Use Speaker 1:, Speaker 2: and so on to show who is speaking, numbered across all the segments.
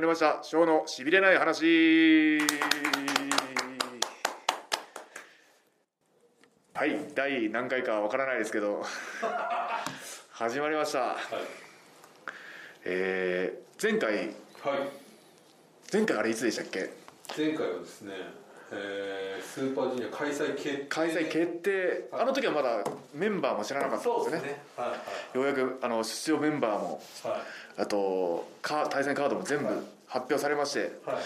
Speaker 1: りましたショーのしびれない話はい第何回かわからないですけど 始まりましたえー、前
Speaker 2: は
Speaker 1: 回
Speaker 2: い、はい、
Speaker 1: 前回あれいつでしたっけ
Speaker 2: 前回はですね、えー、スーパージュニア開催決定
Speaker 1: 開催決定あの時はまだメンバーも知らなかったん
Speaker 2: そう
Speaker 1: です
Speaker 2: で
Speaker 1: ね
Speaker 2: すねはいはい
Speaker 1: ようやくあの出場メンバーも
Speaker 2: は
Speaker 1: あとか対戦カードも全部
Speaker 2: はい
Speaker 1: 発表されまして
Speaker 2: いはい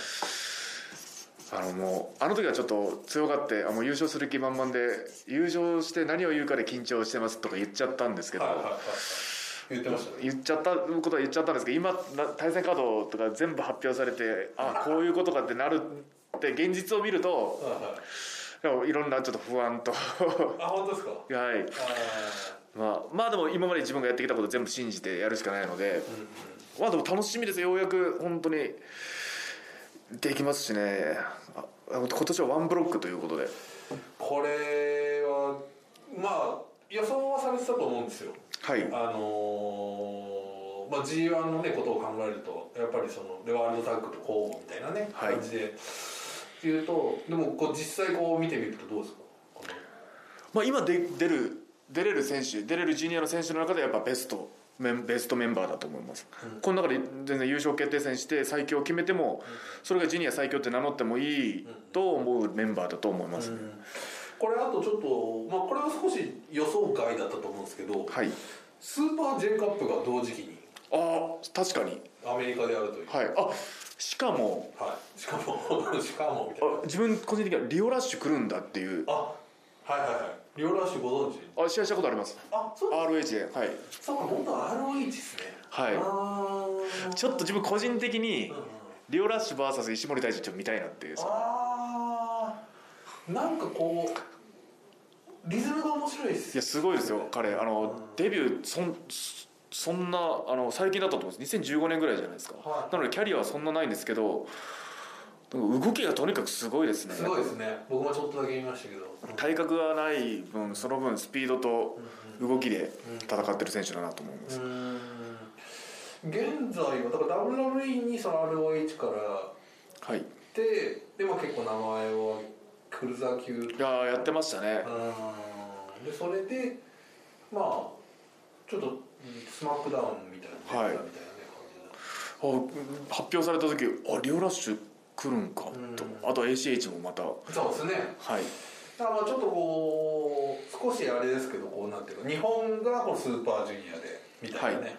Speaker 1: あのもうあの時はちょっと強がってあもう優勝する気満々で優勝して何を言うかで緊張してますとか言っちゃったんですけど、
Speaker 2: はいはいはい言ってましたね
Speaker 1: 言っちゃったことは言っちゃったんですけど今な対戦カードとか全部発表されてあこういうことかってなるって現実を見ると
Speaker 2: はいはい
Speaker 1: でもいろんなちょっと不安と は
Speaker 2: あ本当ですか
Speaker 1: いまあまあでも今まで自分がやってきたこと全部信じてやるしかないので
Speaker 2: うんうん
Speaker 1: まあでも楽しみですようやく本当にできますしねあ今年はワンブロックということで
Speaker 2: これはまあ予想はされてたと思うんですよ
Speaker 1: はい
Speaker 2: あのーまあ、G1 の、ね、ことを考えるとやっぱりそのレワールドタッグと交互みたいなね、
Speaker 1: はい
Speaker 2: 感じでっていうとでもこう実際こう見てみるとどうですかこ
Speaker 1: まあ、今で出る出れる選手出れるジュニアの選手の中でやっぱベストメンベストメンバーだと思います、
Speaker 2: うん
Speaker 1: この中で全然優勝決定戦して最強を決めてもそれがジュニア最強って名乗ってもいいと思うメンバーだと思いま
Speaker 2: の
Speaker 1: す、
Speaker 2: これあとちょっと、まあ、これは少し予想外だったと思うんですけど
Speaker 1: はい
Speaker 2: スーパー J カップが同時期に
Speaker 1: あー確かに
Speaker 2: アメリカであるという、
Speaker 1: はいあしかも
Speaker 2: はい、しかもしかもみたいな
Speaker 1: あ自分個人的にはリオラッシュ来るんだっていう
Speaker 2: あはいはいはいリオラッシュご存知
Speaker 1: あ試合したことあります
Speaker 2: あそう
Speaker 1: RH ではい
Speaker 2: そうか本当は ROH ですね
Speaker 1: はい
Speaker 2: あ
Speaker 1: ちょっと自分個人的に
Speaker 2: と、うんうん
Speaker 1: リオラッシュ VS 石森大臣ちょっと見たいなっていう
Speaker 2: あーなんかこうリズムが面白いです
Speaker 1: いやすごいですよ彼あのデビューそんそそんなあの最近だったと思うんです2015年ぐらいじゃないですか、
Speaker 2: はい
Speaker 1: なのでキャリアはそんなないんですけど動きがとにかくすごいですね
Speaker 2: すごいですね僕もちょっとだけ見ましたけど、
Speaker 1: 体格がない分その分スピードと動きで戦ってる選手だなと思います、
Speaker 2: うん現在はだから WWE にその ROH から
Speaker 1: はいい
Speaker 2: ででも結構名前をクルーザー級
Speaker 1: やーやってましたね
Speaker 2: うんでそれでまあちょっとうんスマックダウンみたいな
Speaker 1: はい
Speaker 2: みたいなね
Speaker 1: あ発表された時あリオラッシュ来るんかと
Speaker 2: うん
Speaker 1: あと ACH もまたは
Speaker 2: 感じでそうですね
Speaker 1: い
Speaker 2: だからまあちょっとこう少しあれですけどこうなんていうか日本がこうスーパージュニアでみたいなね、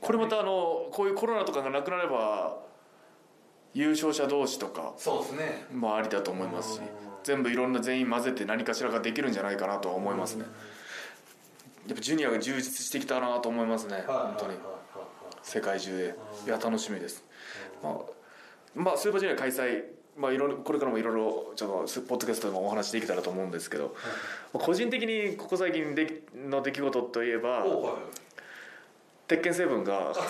Speaker 1: これまたあのこういうコロナとかがなくなれば優勝者同士とか
Speaker 2: うんそうですね
Speaker 1: もありだと思いますし
Speaker 2: うん
Speaker 1: 全部いろんな全員混ぜて何かしらができるんじゃないかなとは思いますねやっぱジュニアが充実してきたなと思いますね
Speaker 2: はい
Speaker 1: 本当に
Speaker 2: はい
Speaker 1: 世界中で
Speaker 2: うん
Speaker 1: いや楽しみですまあ、まあ、スーパージュニア開催まあ、いろいろこれからもいろいろちょっとポッドキャストでもお話できたらと思うんですけどまあ個人的にここ最近できの出来事といえば
Speaker 2: はいはいはいはい
Speaker 1: 鉄拳セブンが
Speaker 2: おはいはいは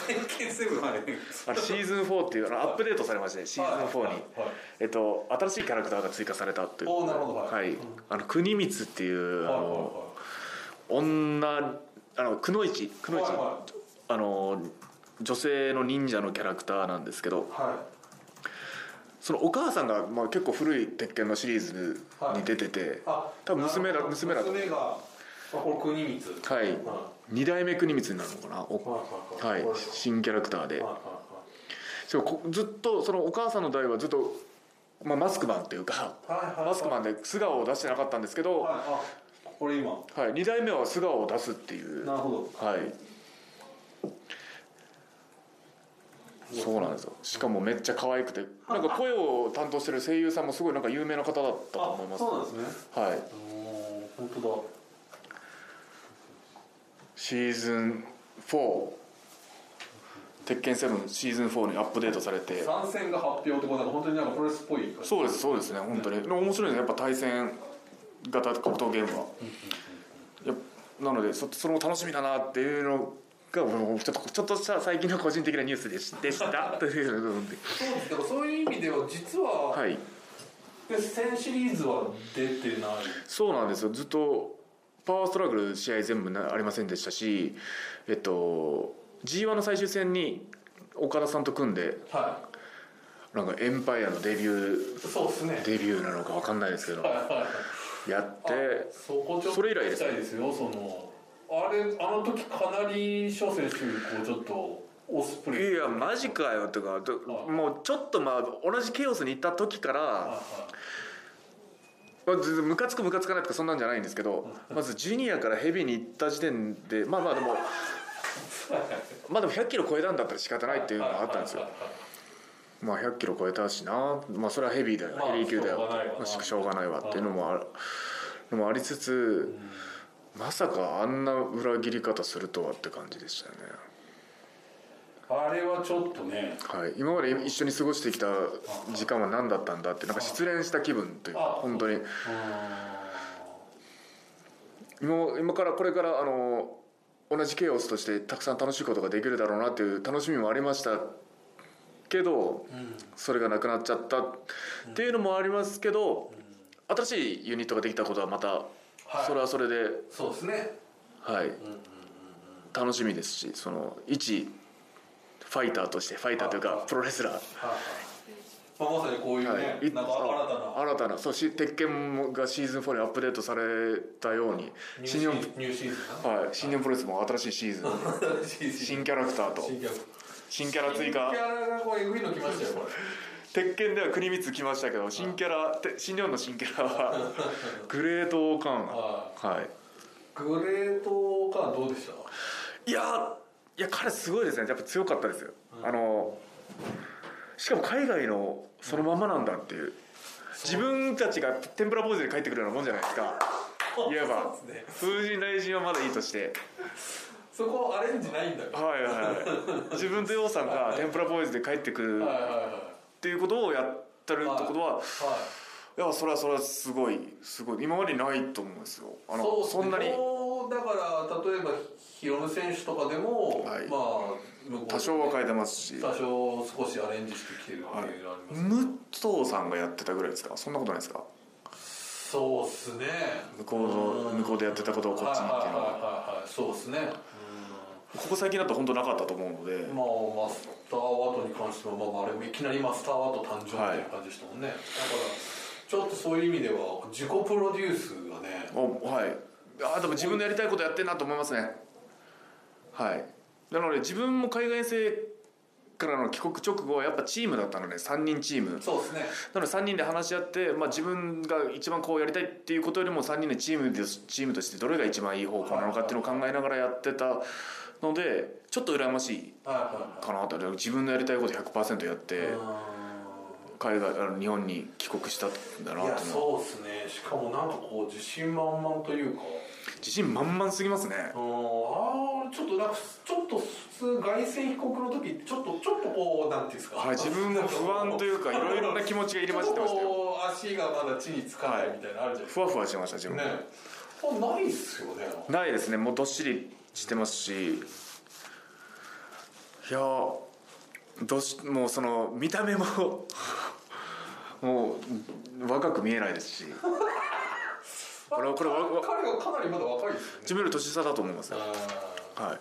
Speaker 2: いすぐはい
Speaker 1: あのシーズン4っていうあのアップデートされましてシーズン4に、
Speaker 2: はいはい
Speaker 1: えっと、新しいキャラクターが追加されたという
Speaker 2: おーなるほどはい
Speaker 1: はい
Speaker 2: うん
Speaker 1: あの国光っていう
Speaker 2: はい
Speaker 1: あ
Speaker 2: はい
Speaker 1: の、女あのくのいちくのいち、
Speaker 2: はいは
Speaker 1: あの女性の忍者のキャラクターなんですけど
Speaker 2: いはい
Speaker 1: そのお母さんが、まあ、結構古い鉄拳のシリーズに出てて、
Speaker 2: あ
Speaker 1: 多分娘
Speaker 2: なる
Speaker 1: だ
Speaker 2: ほど
Speaker 1: 娘だと
Speaker 2: 娘があこれ国光
Speaker 1: は
Speaker 2: は
Speaker 1: い
Speaker 2: いは
Speaker 1: 二代目国光になるのかなお
Speaker 2: い
Speaker 1: はい
Speaker 2: これ
Speaker 1: 新キャラクターで
Speaker 2: はいはい
Speaker 1: しかもこずっとそのお母さんの代はずっと、まあ、マスクマンっていうか
Speaker 2: はいはいはい
Speaker 1: マスクマンで素顔を出してなかったんですけど、
Speaker 2: はいあこれ今
Speaker 1: はい、2代目は素顔を出すっていう
Speaker 2: なるほど
Speaker 1: はいそうなんですよしかもめっちゃ可愛くてなんか声を担当してる声優さんもすごいなんか有名な方だったと思い
Speaker 2: あ
Speaker 1: ます
Speaker 2: そうなんですね
Speaker 1: はい
Speaker 2: おー本当だ
Speaker 1: シーズン4鉄拳7シーズン4にアップデートされて
Speaker 2: 参戦が発表ってこうなんか本当になんかプロレスっぽい感じ
Speaker 1: そうですそうですね本当に面白いですねやっぱ対戦型格闘ゲームはやっぱなのでそそれも楽しみだなっていうのがもうちょっとちょっとした最近の個人的なニュースでし でしたという部分で
Speaker 2: そうですだからそういう意味では実は、
Speaker 1: はい
Speaker 2: で1000シリーズは出てない
Speaker 1: そうなんですよずっとパワーストラグル試合全部なありませんでしたしえっと G1 の最終戦に岡田さんと組んで
Speaker 2: は
Speaker 1: なんかエンパイアのデビュ
Speaker 2: いそうですね
Speaker 1: ーデビューなのか分かんないですけどやって
Speaker 2: あそこちょっと
Speaker 1: それ以
Speaker 2: 聞
Speaker 1: 来で
Speaker 2: き
Speaker 1: す
Speaker 2: たいですよそのあれあの時かなり諸選手こうちょっとオスプレイ
Speaker 1: いやマジかよとかど
Speaker 2: はい
Speaker 1: もうちょっとまあ同じケイオスに行った時から
Speaker 2: はいは
Speaker 1: まあ全然ムカつくムカつかないとかそんなんじゃないんですけどまずジュニアからヘビーに行った時点でまあまあ でもまあでも100キロ超えたんだったら仕方ないっていうのがあったんですよ
Speaker 2: はいはいはい
Speaker 1: まあ100キロ超えたしなまあそれはヘビーだよ
Speaker 2: まあ
Speaker 1: ヘビー級だ
Speaker 2: しょうがないわ
Speaker 1: よ
Speaker 2: な
Speaker 1: まあしょうがないわっていうのもあるのもありつつまさかあんな裏切り方するとはって感じでしたよね
Speaker 2: はいあれはちょっとね
Speaker 1: はい、今まで一緒に過ごしてきた時間は何だったんだってなんか失恋した気分という
Speaker 2: あ
Speaker 1: か本当に
Speaker 2: うー
Speaker 1: 今今からこれからあの同じケイオスとしてたくさん楽しいことができるだろうなっていう楽しみもありましたけど
Speaker 2: んうん
Speaker 1: それがなくなっちゃったっていうのもありますけど新しいユニットができたことはまた
Speaker 2: はい
Speaker 1: それはそれで、
Speaker 2: そうですね
Speaker 1: はい、楽しみですしその一ファイターとしてファイターという
Speaker 2: あ
Speaker 1: か
Speaker 2: あ
Speaker 1: プロレスラー
Speaker 2: はいはいまあまさにこういうね、
Speaker 1: い
Speaker 2: なんか新たな
Speaker 1: 新たなそうし鉄拳がシーズン4にアップデートされたように
Speaker 2: ニューシ
Speaker 1: 新日本
Speaker 2: ーズンニューシーズン
Speaker 1: はい新日本プロレスも新しいシーズン
Speaker 2: な新シーズン
Speaker 1: 新キャラクターと
Speaker 2: 新キャラ
Speaker 1: 新キャラ追
Speaker 2: 新キ
Speaker 1: 加
Speaker 2: ャラがこうえぐいの来ましたよこれ
Speaker 1: 鉄拳では国光来ましたけど新キャラて新日本の新キャラ はグレートオーカン
Speaker 2: は
Speaker 1: はい
Speaker 2: グレートかどうでした
Speaker 1: いいやーいや彼すごいですねやっぱ強かったですよ、あのしかも海外のそのままなんだっていう自分たちが天ぷら坊主で帰ってくるようなもんじゃないですかいわば
Speaker 2: そうですね
Speaker 1: 風神雷神はまだいいとして
Speaker 2: そこアレンジないんだから
Speaker 1: はいはい自分と洋さんが天ぷらボーイズで帰ってくる
Speaker 2: はい
Speaker 1: っ
Speaker 2: はいはい
Speaker 1: ていうことをやってるってことは
Speaker 2: はい
Speaker 1: いやそれはそれはすごいすごい今までにないと思うんですよあの
Speaker 2: そう
Speaker 1: そ
Speaker 2: ですね
Speaker 1: んなに
Speaker 2: もうだから例えばヒロム選手とかでも、
Speaker 1: はい
Speaker 2: まあ向こうで
Speaker 1: 多少は変えてますし
Speaker 2: 多少少しアレンジしてきてるっていうのはあります、
Speaker 1: 武藤さんがやってたぐらいですかそんなことないですか
Speaker 2: そうっすね
Speaker 1: 向こうの向こうでやってたことをこっちにっていうの
Speaker 2: はいは
Speaker 1: は
Speaker 2: いはいはいはいそうっすねうん
Speaker 1: ここ最近だと本当なかったと思うので
Speaker 2: まあマスターワートに関しては、まあ、あれもいきなりマスターワート誕生っていう感じでしたもんね、だからちょっとそういう意味では自己プロデュースがね
Speaker 1: おはいあーでも自分のやりたいことやってんなと思いますねはいなので自分も海外遠征からの帰国直後はやっぱチームだったので3人チーム
Speaker 2: そうですね
Speaker 1: なので3人で話し合って、まあ、自分が一番こうやりたいっていうことよりも3人でチームですチームとしてどれが一番いい方向なのかっていうのを考えながらやってたのでちょっと羨ましい
Speaker 2: はいは
Speaker 1: かなと自分のやりたいこと100%やっ
Speaker 2: いはい
Speaker 1: て
Speaker 2: うん
Speaker 1: 海外あの日本に帰国したんだない
Speaker 2: や
Speaker 1: っていうのは
Speaker 2: そうですねしかもなんかこう自信満々というか
Speaker 1: 自信満々すぎますね
Speaker 2: うーんあーちょっとなんかちょっと普通凱旋被告の時ちょっとちょっとこうなんていうんですか、
Speaker 1: はい、自分も不安というかいろいろな気持ちが入り混じってました
Speaker 2: ちょっと
Speaker 1: よ
Speaker 2: こう足がまだ地につかないみたいなのあるじゃないです
Speaker 1: ふわふわしてました自
Speaker 2: か、
Speaker 1: 分、
Speaker 2: ねあないっすよね
Speaker 1: ないですねもうどっしりしてますしいやーどうしもうその見た目も もう若く見えないですしこれこれわわ
Speaker 2: 彼がかなりまだ若いですよね
Speaker 1: 自分より年下だと思いますよ
Speaker 2: あ
Speaker 1: は
Speaker 2: ーいや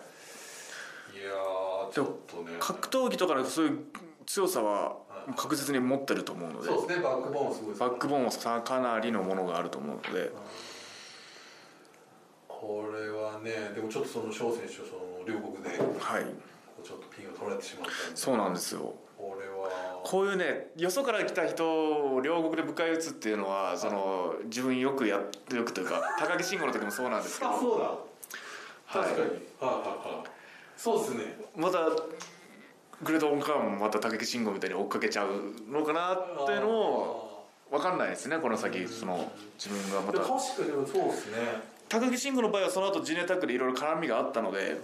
Speaker 2: ーちょっとね
Speaker 1: い格闘技とかのそういう強さは確実に持ってると思うので
Speaker 2: そうですねバックボーンすごいです
Speaker 1: バックボーンもさかなりのものがあると思うので
Speaker 2: これはねでもちょっとその翔選手とその両国で
Speaker 1: はい
Speaker 2: ちょっとピンを取られてしまったんで
Speaker 1: そうなんですよ
Speaker 2: これは
Speaker 1: こういうねよそから来た人を両国で迎え撃つっていうのはその自分よくやってよくというか高木慎吾の時もそうなんですけど
Speaker 2: あそうだ、
Speaker 1: はい
Speaker 2: 確かにはいはいはいそうですね
Speaker 1: またグレートオンカーンもまた高木慎吾みたいに追っかけちゃうのかなっていうのも分かんないですねこの先その自分が
Speaker 2: あー
Speaker 1: ま
Speaker 2: で
Speaker 1: た
Speaker 2: も確かにでもそうですね
Speaker 1: 高木慎吾の場合はその後ジュニアタックでいろいろ絡みがあったので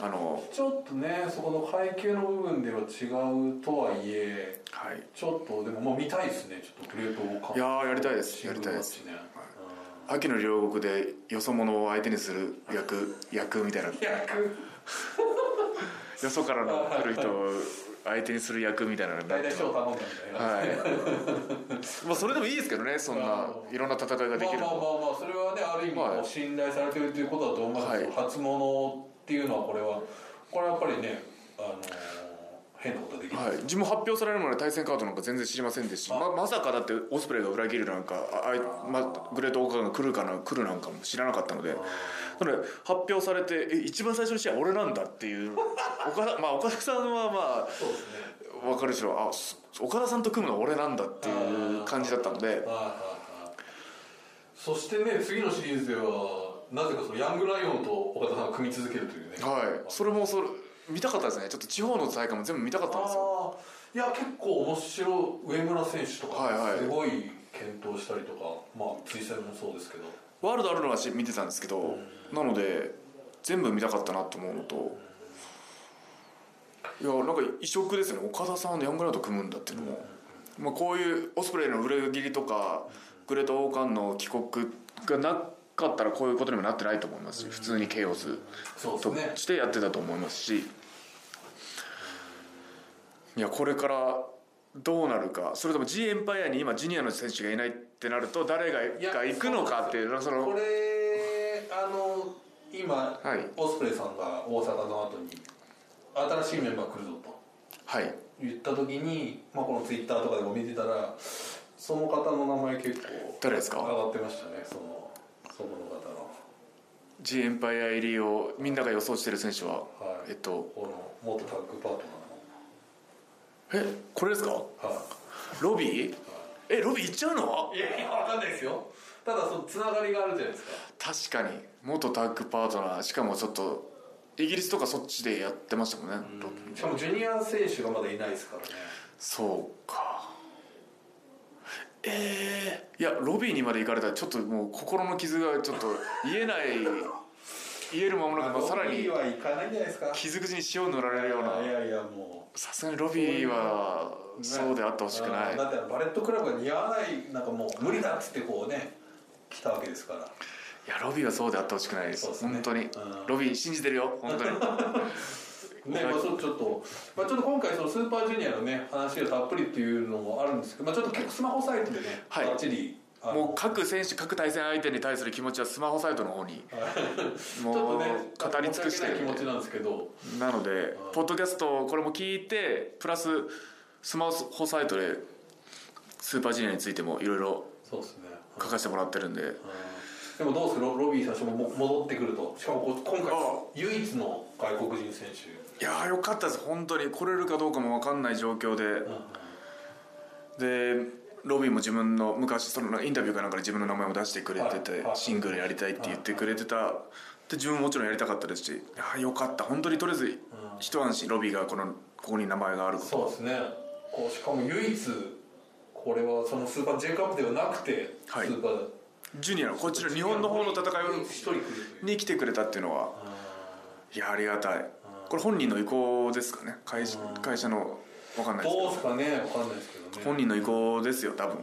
Speaker 1: あの
Speaker 2: ちょっとねそこの階級の部分では違うとはいえ
Speaker 1: はい
Speaker 2: ちょっとでももう見たいですねちょっとプレートをか
Speaker 1: いやーやりたいですやりたいです
Speaker 2: ね、
Speaker 1: 秋の両国でよそ者を相手にする役役みたいな
Speaker 2: うん、役
Speaker 1: よそからの来る人を相手にする役みたいなのになっ
Speaker 2: 大
Speaker 1: て
Speaker 2: 体賞頼んだみたいな、
Speaker 1: はい。 まあそれでもいいですけどね、そんないろんな戦いがで
Speaker 2: ま
Speaker 1: き
Speaker 2: あ
Speaker 1: る
Speaker 2: まあ。まあまあそれはねある意味
Speaker 1: はい
Speaker 2: こう信頼されてるということだと思いますけど、
Speaker 1: は
Speaker 2: 初物っていうのはこれはこれはやっぱりねあのー変なことはできない、
Speaker 1: はい、自分発表されるまで対戦カードなんか全然知りませんでしたしままさかだってオスプレイが裏切るなんかああいま、グレートオーカーが来るかな来るなんかも知らなかったのでなので発表されてえ一番最初の試合俺なんだっ ていう岡田,、まあ、岡田さんはま
Speaker 2: そうですね
Speaker 1: あ分かるしろあそ岡田さんと組むの俺なんだっていう感じだったので
Speaker 2: はいはいはいそしてね次のシリーズではなぜかそのヤングライオンと岡田さんが組み続けるというね
Speaker 1: はいそれもそれ見たかったですねちょっと地方の大会も全部見たかったんですよ
Speaker 2: あーいや結構面白い上村選手と
Speaker 1: はいは
Speaker 2: か
Speaker 1: い
Speaker 2: すごい検討したりとか、まあ追戦もそうですけど
Speaker 1: ワールドあるのはし見てたんですけどなので全部見たかったなと思うのといやなんか異色ですよね岡田さんのヤングラウンド組むんだっていうのも、まあ、こういうオスプレイの裏切りとかグレート・オーカンの帰国がなかったらこういうことにもなってないと思いますし普通にケイオス
Speaker 2: そうです
Speaker 1: と
Speaker 2: ね
Speaker 1: してやってたと思いますしいやこれからどうなるかそれとも G エンパイアに今ジュニアの選手がいないってなると誰が
Speaker 2: や
Speaker 1: が行くのかっていうのはその
Speaker 2: これあの今、
Speaker 1: はい
Speaker 2: オスプレイさんが大阪の後に新しいメンバー来るぞと
Speaker 1: はい
Speaker 2: 言った時に、まあ、このツイッターとかでも見てたらその方の名前結構
Speaker 1: 誰です
Speaker 2: 上
Speaker 1: か
Speaker 2: がってましたねそのそこの方の
Speaker 1: G エンパイア入りをみんなが予想してる選手は、
Speaker 2: はい
Speaker 1: えっと
Speaker 2: この元タッグパート
Speaker 1: えこれですか
Speaker 2: ナーのはい
Speaker 1: ロビーえロビー行っちゃうの
Speaker 2: いやいやわかんないですよただそのつながりがあるじゃないですか
Speaker 1: 確かに元タッグパートナーしかもちょっとイギリスとかそっちでやってましたもんね、ロビー
Speaker 2: しかもジュニア選手がまだいないですからね
Speaker 1: そうかえー、いやロビーにまで行かれたらちょっともう心の傷がちょっと言えない言える間もなく、まあ、さら
Speaker 2: ロビー
Speaker 1: に
Speaker 2: はいかないんじゃないですか
Speaker 1: 傷口に塩塗られるよう
Speaker 2: い
Speaker 1: な
Speaker 2: やいやも
Speaker 1: さすがにロビーは
Speaker 2: うね
Speaker 1: そうであってほしくない
Speaker 2: あーだってバレットクラブが似合わないなんかもう無理だっつってこうね来たわけですから
Speaker 1: いやロビーはそうであってほしくないです
Speaker 2: そうですね
Speaker 1: 本当に、
Speaker 2: ん
Speaker 1: ロビー信じてるよ本当 に
Speaker 2: ねまあ、そうちょっと、まあ、ちょっと今回そのスーパージュニアのね話をたっぷりっていうのもあるんですけど、まあ、ちょっと結構スマホサイトでね、
Speaker 1: はい
Speaker 2: バッチリあの
Speaker 1: もう各選手各対戦相手に対する気持ちはスマホサイトの 方に
Speaker 2: ちょ
Speaker 1: も
Speaker 2: っと
Speaker 1: う
Speaker 2: ね
Speaker 1: 語り尽く
Speaker 2: 申し訳
Speaker 1: してる
Speaker 2: ない
Speaker 1: ん
Speaker 2: 気持
Speaker 1: で
Speaker 2: ちなんですけど
Speaker 1: なのでポッドキャストをこれも聞いてプラススマホサイトでスーパージュニアについてもいろいろ
Speaker 2: そうですね
Speaker 1: 書かせてもらってるんで
Speaker 2: でもどうですかロロビー選手もも戻ってくるとしかもこ今回
Speaker 1: あ
Speaker 2: 唯一の外国人選手
Speaker 1: いやーよかったです本当に来れるかどうかも分かんない状況ででロビーも自分の昔そのインタビューかなんかで自分の名前も出してくれて
Speaker 2: は
Speaker 1: て
Speaker 2: いはい
Speaker 1: シングルやりたいって言ってくれてたで自分ももちろんやりたかったですしいやーよかった本当にとりあえず一安心ロビーがこのここに名前があること
Speaker 2: そうですねこうしかも唯一これはそのスーパー J カップではなくて、
Speaker 1: はい
Speaker 2: スーパー
Speaker 1: ジュニアのこっちの日本の方の戦い
Speaker 2: に一人来るという
Speaker 1: に来てくれたっていうのは
Speaker 2: あ
Speaker 1: いやありがたいこれ本人の意向ですかね会社会社の分かんな
Speaker 2: ー
Speaker 1: いですけ
Speaker 2: どう
Speaker 1: ど
Speaker 2: ですかね分かんないですけどね
Speaker 1: 本人の意向ですよ多分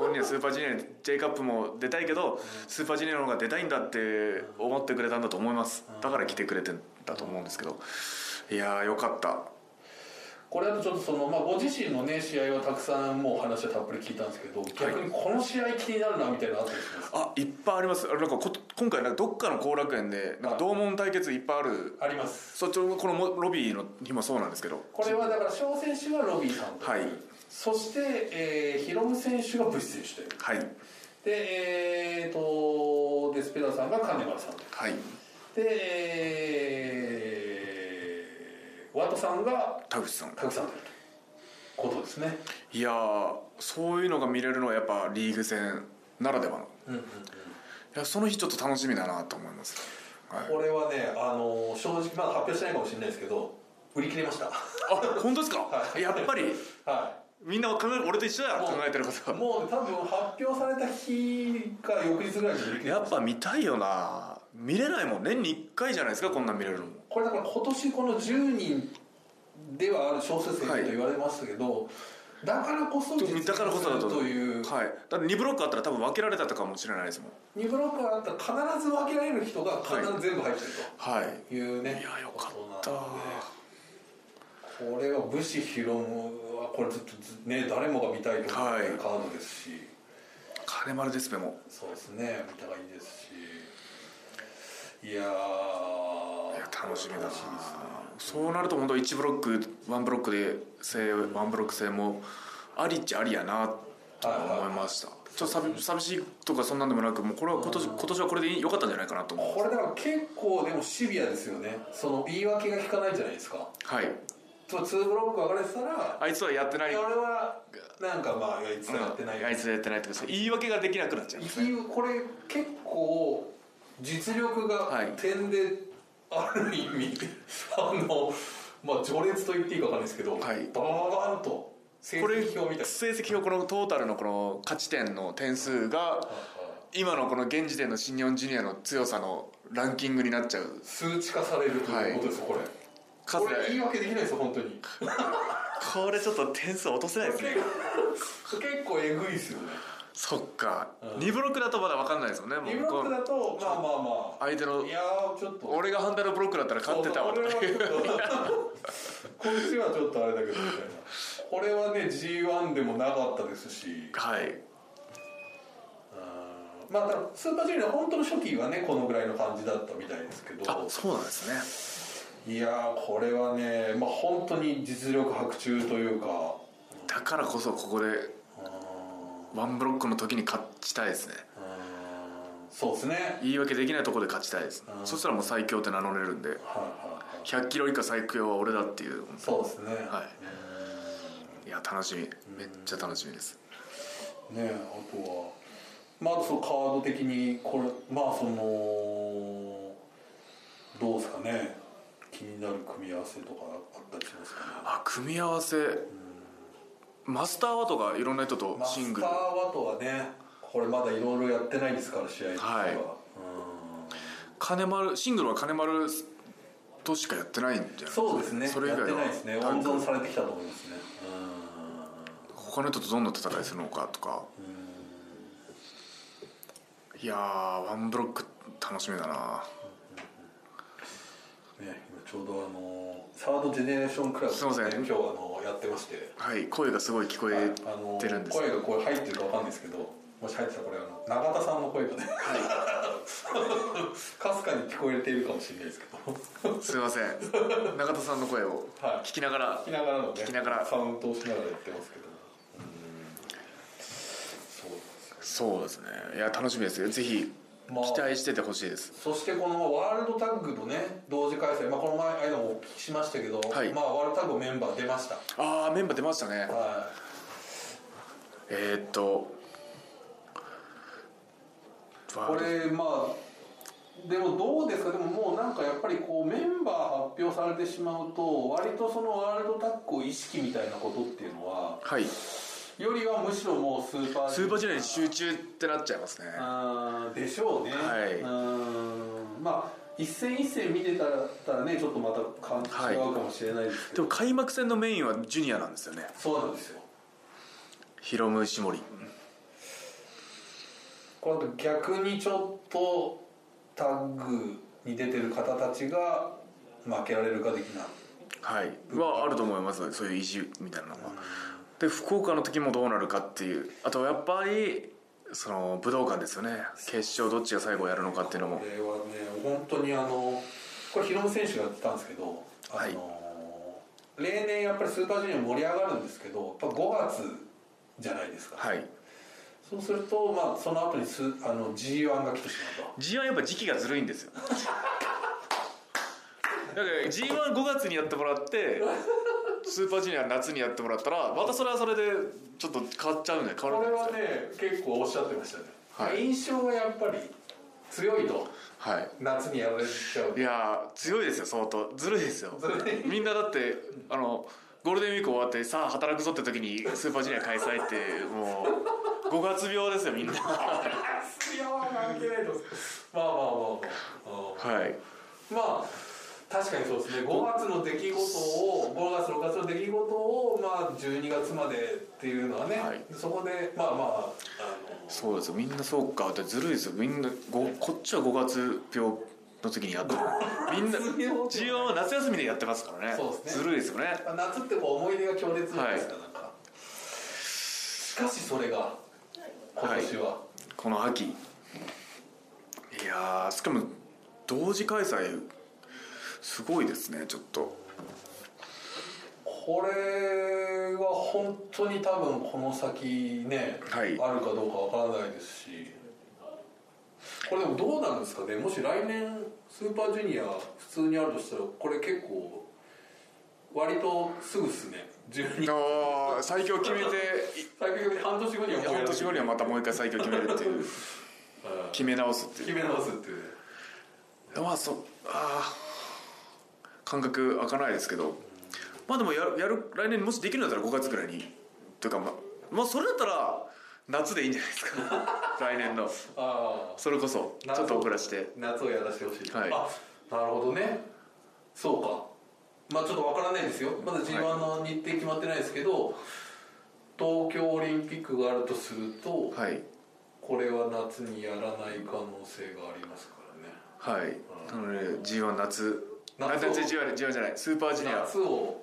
Speaker 1: 本人はスーパージュニアに J カップも出たいけどスーパージュニアの方が出たいんだって思ってくれたんだと思いますだから来てくれてんだと思うんですけどいやーよかった
Speaker 2: これだとちょっとその、まあ、ご自身のね試合はたくさんもう話はたっぷり聞いたんですけど逆にこの試合気になるなみたいなのあったりします
Speaker 1: あいっぱいありますあれなんかこ今回なんかどっかの後楽園でなんか同門対決いっぱいある
Speaker 2: あります
Speaker 1: そっちのこのもロビーの日もそうなんですけど
Speaker 2: これはだから翔選手はロビーさんと
Speaker 1: はい
Speaker 2: そして、えー、ヒロム選手がブシ選手という
Speaker 1: はい
Speaker 2: でえー、とデスペダーさんが金丸さんで
Speaker 1: はい
Speaker 2: で、えー、ワトさんが
Speaker 1: 田口さん
Speaker 2: タグさんということですね
Speaker 1: いやーそういうのが見れるのはやっぱリーグ戦ならではの
Speaker 2: うんうんうん
Speaker 1: いやその日ちょっと楽しみだなと思います、はい、
Speaker 2: これはね、あの正直まだ発表してないかもしれないですけど売り切れました
Speaker 1: あ本当ですか
Speaker 2: はい
Speaker 1: やっぱり
Speaker 2: はい
Speaker 1: みんな考え俺と一緒だ考えてることは
Speaker 2: もう多分発表された日か翌日ぐらいに売り切れ
Speaker 1: やっぱ見たいよな見れないもん年に1回じゃないですかこんなん見れるのも
Speaker 2: これだから今年この10人ではある小説生と言われましたけど、だからこそ実現
Speaker 1: だからこそだ
Speaker 2: す
Speaker 1: と
Speaker 2: るという
Speaker 1: はいだって2ブロックあったら多分分けられたとかもしれないですもん
Speaker 2: 2ブロックがあったら必ず分けられる人が必ず全部入ってる
Speaker 1: はい
Speaker 2: というね、
Speaker 1: いやよかった
Speaker 2: ことなんでこれは武士ヒロムはこれずっとずね誰もが見たいと思ってるカードですし、
Speaker 1: 金丸デスペも
Speaker 2: そうですね見たがいいですしいやー
Speaker 1: いや楽楽しみだなそうなると本当1ブロック1ブロックで制ワンブロック制もありっちゃありやなと思いましたちょっと寂寂しいとかそんなんでもなくもうこれは今年今年はこれで良かったんじゃないかなと思う
Speaker 2: これだから結構でもシビアですよねその言い訳が聞かないじゃないですか
Speaker 1: はい
Speaker 2: つまり2ブロック分かれてたら
Speaker 1: あいつはやってない
Speaker 2: いや俺はなんかまあいつもやってないよ
Speaker 1: あいつはやってないとか言い訳ができなくなっちゃうんですね
Speaker 2: 一応これ結構実力が
Speaker 1: はい
Speaker 2: 点である意味、あのまあ序列と言っていいかわかんないですけど、
Speaker 1: はい
Speaker 2: ババババンと成
Speaker 1: これ
Speaker 2: 績表みたいな
Speaker 1: 成績表このトータルのこの勝ち点の点数が今のこの現時点の新日本ジュニアの強さのランキングになっちゃう
Speaker 2: 数値化されるということです、これ
Speaker 1: 数
Speaker 2: これ言い訳できないですよ本当に
Speaker 1: これちょっと点数落とせないですね
Speaker 2: 結構えぐいですよね
Speaker 1: そっか、
Speaker 2: うん
Speaker 1: 二2ブロックだとまだ分かんないですもんねもう
Speaker 2: 2ブロックだとまあまあま
Speaker 1: 相手
Speaker 2: あ
Speaker 1: の
Speaker 2: いやーちょっと
Speaker 1: 俺が反対のブロックだったら勝ってたわ
Speaker 2: そう
Speaker 1: と
Speaker 2: 俺
Speaker 1: か
Speaker 2: はちょっとこっちはちょっとあれだけどみたいなこれはね G1 でもなかったですし
Speaker 1: は
Speaker 2: う
Speaker 1: い
Speaker 2: んまあだからスーパージュニア本当の初期はねこのぐらいの感じだったみたいですけど
Speaker 1: あそうなんですね
Speaker 2: いやーこれはねまあ本当に実力伯仲というか
Speaker 1: だからこそここで
Speaker 2: うんうん
Speaker 1: ワンブロックの時に勝ちたいですね
Speaker 2: そうですねはい
Speaker 1: 言い訳できないところで勝ちたいです、
Speaker 2: うん
Speaker 1: そしたらもう最強って名乗れるんで
Speaker 2: はいはい
Speaker 1: 100キロ以下最強は俺だっていう
Speaker 2: そうですね
Speaker 1: は
Speaker 2: うん
Speaker 1: いや楽しみめっちゃ楽しみです
Speaker 2: ねあとはまあそのカード的にこれまあそのどうですかね気になる組み合わせとかあったりしますかね
Speaker 1: あ組み合わせマスターはとかいろんな人と
Speaker 2: マ
Speaker 1: シン
Speaker 2: ス
Speaker 1: グ
Speaker 2: ター
Speaker 1: ル
Speaker 2: はとはねこれまだいろいろやってないですから試合としては、
Speaker 1: はい金丸シングルは金丸としかやってないんじゃ
Speaker 2: うん
Speaker 1: ない
Speaker 2: そうですね
Speaker 1: それ以
Speaker 2: やっ
Speaker 1: 外
Speaker 2: て
Speaker 1: は
Speaker 2: ないですね
Speaker 1: タ
Speaker 2: 温
Speaker 1: ッグ
Speaker 2: 存されてきたと思いますね
Speaker 1: 他の人とどんな戦いするのかとかいやーワンブロック楽しみだな
Speaker 2: うんね今ちょうどあのサードジェネレーションクラブ、ね、
Speaker 1: すいません
Speaker 2: 今日あのやってまして
Speaker 1: はい声がすごい聞こ
Speaker 2: はい
Speaker 1: え
Speaker 2: あの
Speaker 1: てるんです
Speaker 2: 声がこれ入ってるかわかんないですけどもし入ってたらこれあの永田さんの声がね かすかに聞こえているかもしれないですけど
Speaker 1: すいま せん中田さんの声を
Speaker 2: はい
Speaker 1: 聞きながら
Speaker 2: 聞きながらのね
Speaker 1: 聞きながら
Speaker 2: カウントをしながらやってますけどそうですね
Speaker 1: そうですねいや楽しみですよぜひ
Speaker 2: まあ
Speaker 1: 期待しててほしいです
Speaker 2: そしてこのワールドタッグとね同時開催、まあ、この前間もお聞きしましたけど、
Speaker 1: はい
Speaker 2: まあ、ワールドタッグメンバー出ました
Speaker 1: ああメンバー出ましたね
Speaker 2: は
Speaker 1: えー、っと
Speaker 2: いこれまあでもどうですかでももうなんかやっぱりこうメンバー発表されてしまうと割とそのワールドタッグを意識みたいなことっていうのは
Speaker 1: はい
Speaker 2: よりはむしろもうスーパー
Speaker 1: スーパージュニアに集中ってなっちゃいますね
Speaker 2: あーでしょうね、
Speaker 1: はい
Speaker 2: うんまあ一戦一戦見てたらたらねちょっとまた感じ
Speaker 1: はい
Speaker 2: 違うかもしれないですけ
Speaker 1: で
Speaker 2: ど、
Speaker 1: も開幕戦のメインはジュニアなんですよね
Speaker 2: そうなんですよ
Speaker 1: ヒロムシモリ
Speaker 2: 今度逆にちょっとタッグに出てる方たちが負けられるか的な
Speaker 1: はいはあると思いますそういう意地みたいなのがで福岡の時もどうなるかっていうあとやっぱりその武道館ですよね決勝どっちが最後やるのかっていうの
Speaker 2: こ
Speaker 1: も
Speaker 2: れはね本当にあのこれヒロム選手が言ってたんですけどあの、
Speaker 1: はい
Speaker 2: 例年やっぱりスーパージュニア盛り上がるんですけどやっぱ5月じゃないですか、
Speaker 1: はい
Speaker 2: そうすると、まあ、その後にすあの G1 が来てしまうと
Speaker 1: G1 やっぱ時期がずるいんですよだから G15 月にやってもらってスーパージュニア夏にやってもらったらまたそれはそれでちょっと変わっちゃうんで変わ
Speaker 2: これ
Speaker 1: るんです
Speaker 2: は
Speaker 1: よ
Speaker 2: ね結構おっしゃってましたね、
Speaker 1: はい
Speaker 2: 印象はやっぱり強いと
Speaker 1: はい
Speaker 2: 夏にやられちゃう
Speaker 1: いやー強いですよ相当ずるいですよみんなだってあのゴールデンウィーク終わってさあ働くぞって時にスーパージュニア開催ってもう5月病ですよみんなは
Speaker 2: 強は関係ないと思うんですけどまあまあまあまあ
Speaker 1: い
Speaker 2: まあ確かにそうですね5月の出来事を5月6月の出来事をまあ12月までっていうのはね、
Speaker 1: はい
Speaker 2: そこでまあまあ
Speaker 1: そうですよみんなそうかってずるいですよみんなごこっちは5月病の時にやってるみ んな G1 は夏休みでやってますからね
Speaker 2: そうですね
Speaker 1: ずるいですよね
Speaker 2: あの夏ってこう思い出が強烈じゃないですか、なんかしかしそれが今年は、
Speaker 1: この秋いやーしかも同時開催すごいですねちょっと
Speaker 2: これは本当に多分この先ね、
Speaker 1: はい
Speaker 2: あるかどうかわからないですしこれでもどうなんですかねもし来年スーパージュニア普通にあるとしたらこれ結構割とすぐっすね12
Speaker 1: あー最強決めて
Speaker 2: 最近半年後にはもうや
Speaker 1: 半
Speaker 2: る
Speaker 1: 年後にはまたもう一回最強決めるっていう
Speaker 2: うん
Speaker 1: 決め直すっていう
Speaker 2: 決め直すっていうね
Speaker 1: まあそうあー感覚開かないですけどまあでもやるやる来年もしできるんだったら5月ぐらいにというかまあ、まあ、それだったら夏でいいんじゃないですか来年の
Speaker 2: ああ
Speaker 1: それこそちょっと遅らして
Speaker 2: 夏をやらせてほしい、
Speaker 1: はい
Speaker 2: あなるほどねそうかまあちょっとわからないですよまだ g 1の日程決まってないですけど、東京オリンピックがあるとすると
Speaker 1: はい
Speaker 2: これは夏にやらない可能性がありますからね
Speaker 1: はいなので G1 夏
Speaker 2: 夏
Speaker 1: 夏
Speaker 2: を
Speaker 1: G1, G1 じゃないスーパージュニア
Speaker 2: 夏を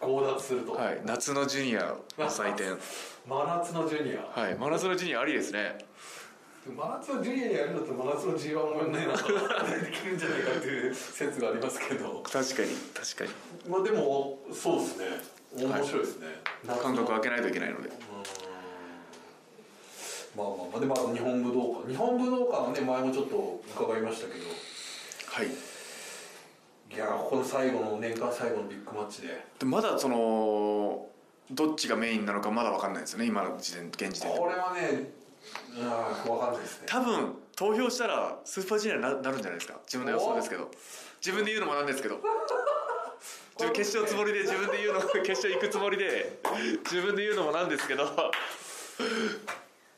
Speaker 2: 強奪すると、
Speaker 1: はい夏のジュニアの祭典
Speaker 2: 真 夏のジュニア
Speaker 1: はい真夏のジュニアありですね
Speaker 2: 真夏のジュニアやるのと真夏の g 1もやんないなできるんじゃないかっていう説がありますけど
Speaker 1: 確かに確かに
Speaker 2: まあでもそうですね面白いですね、夏の
Speaker 1: 感覚開けないといけないので
Speaker 2: まあまあまあでまあ日本武道館日本武道館はね前もちょっと伺いましたけど
Speaker 1: はい
Speaker 2: いやーこの最後の年間最後のビッグマッチで
Speaker 1: でまだそのどっちがメインなのかまだ分かんないですよね今の時点現時点で
Speaker 2: これはねああ分かんないですね
Speaker 1: 多分投票したらスーパージュニアにななるんじゃないですか自分の予想ですけど自分で言うのもなんですけど自分決勝つもりで自分で言うの決勝行くつもりで自分で言うのもなんですけど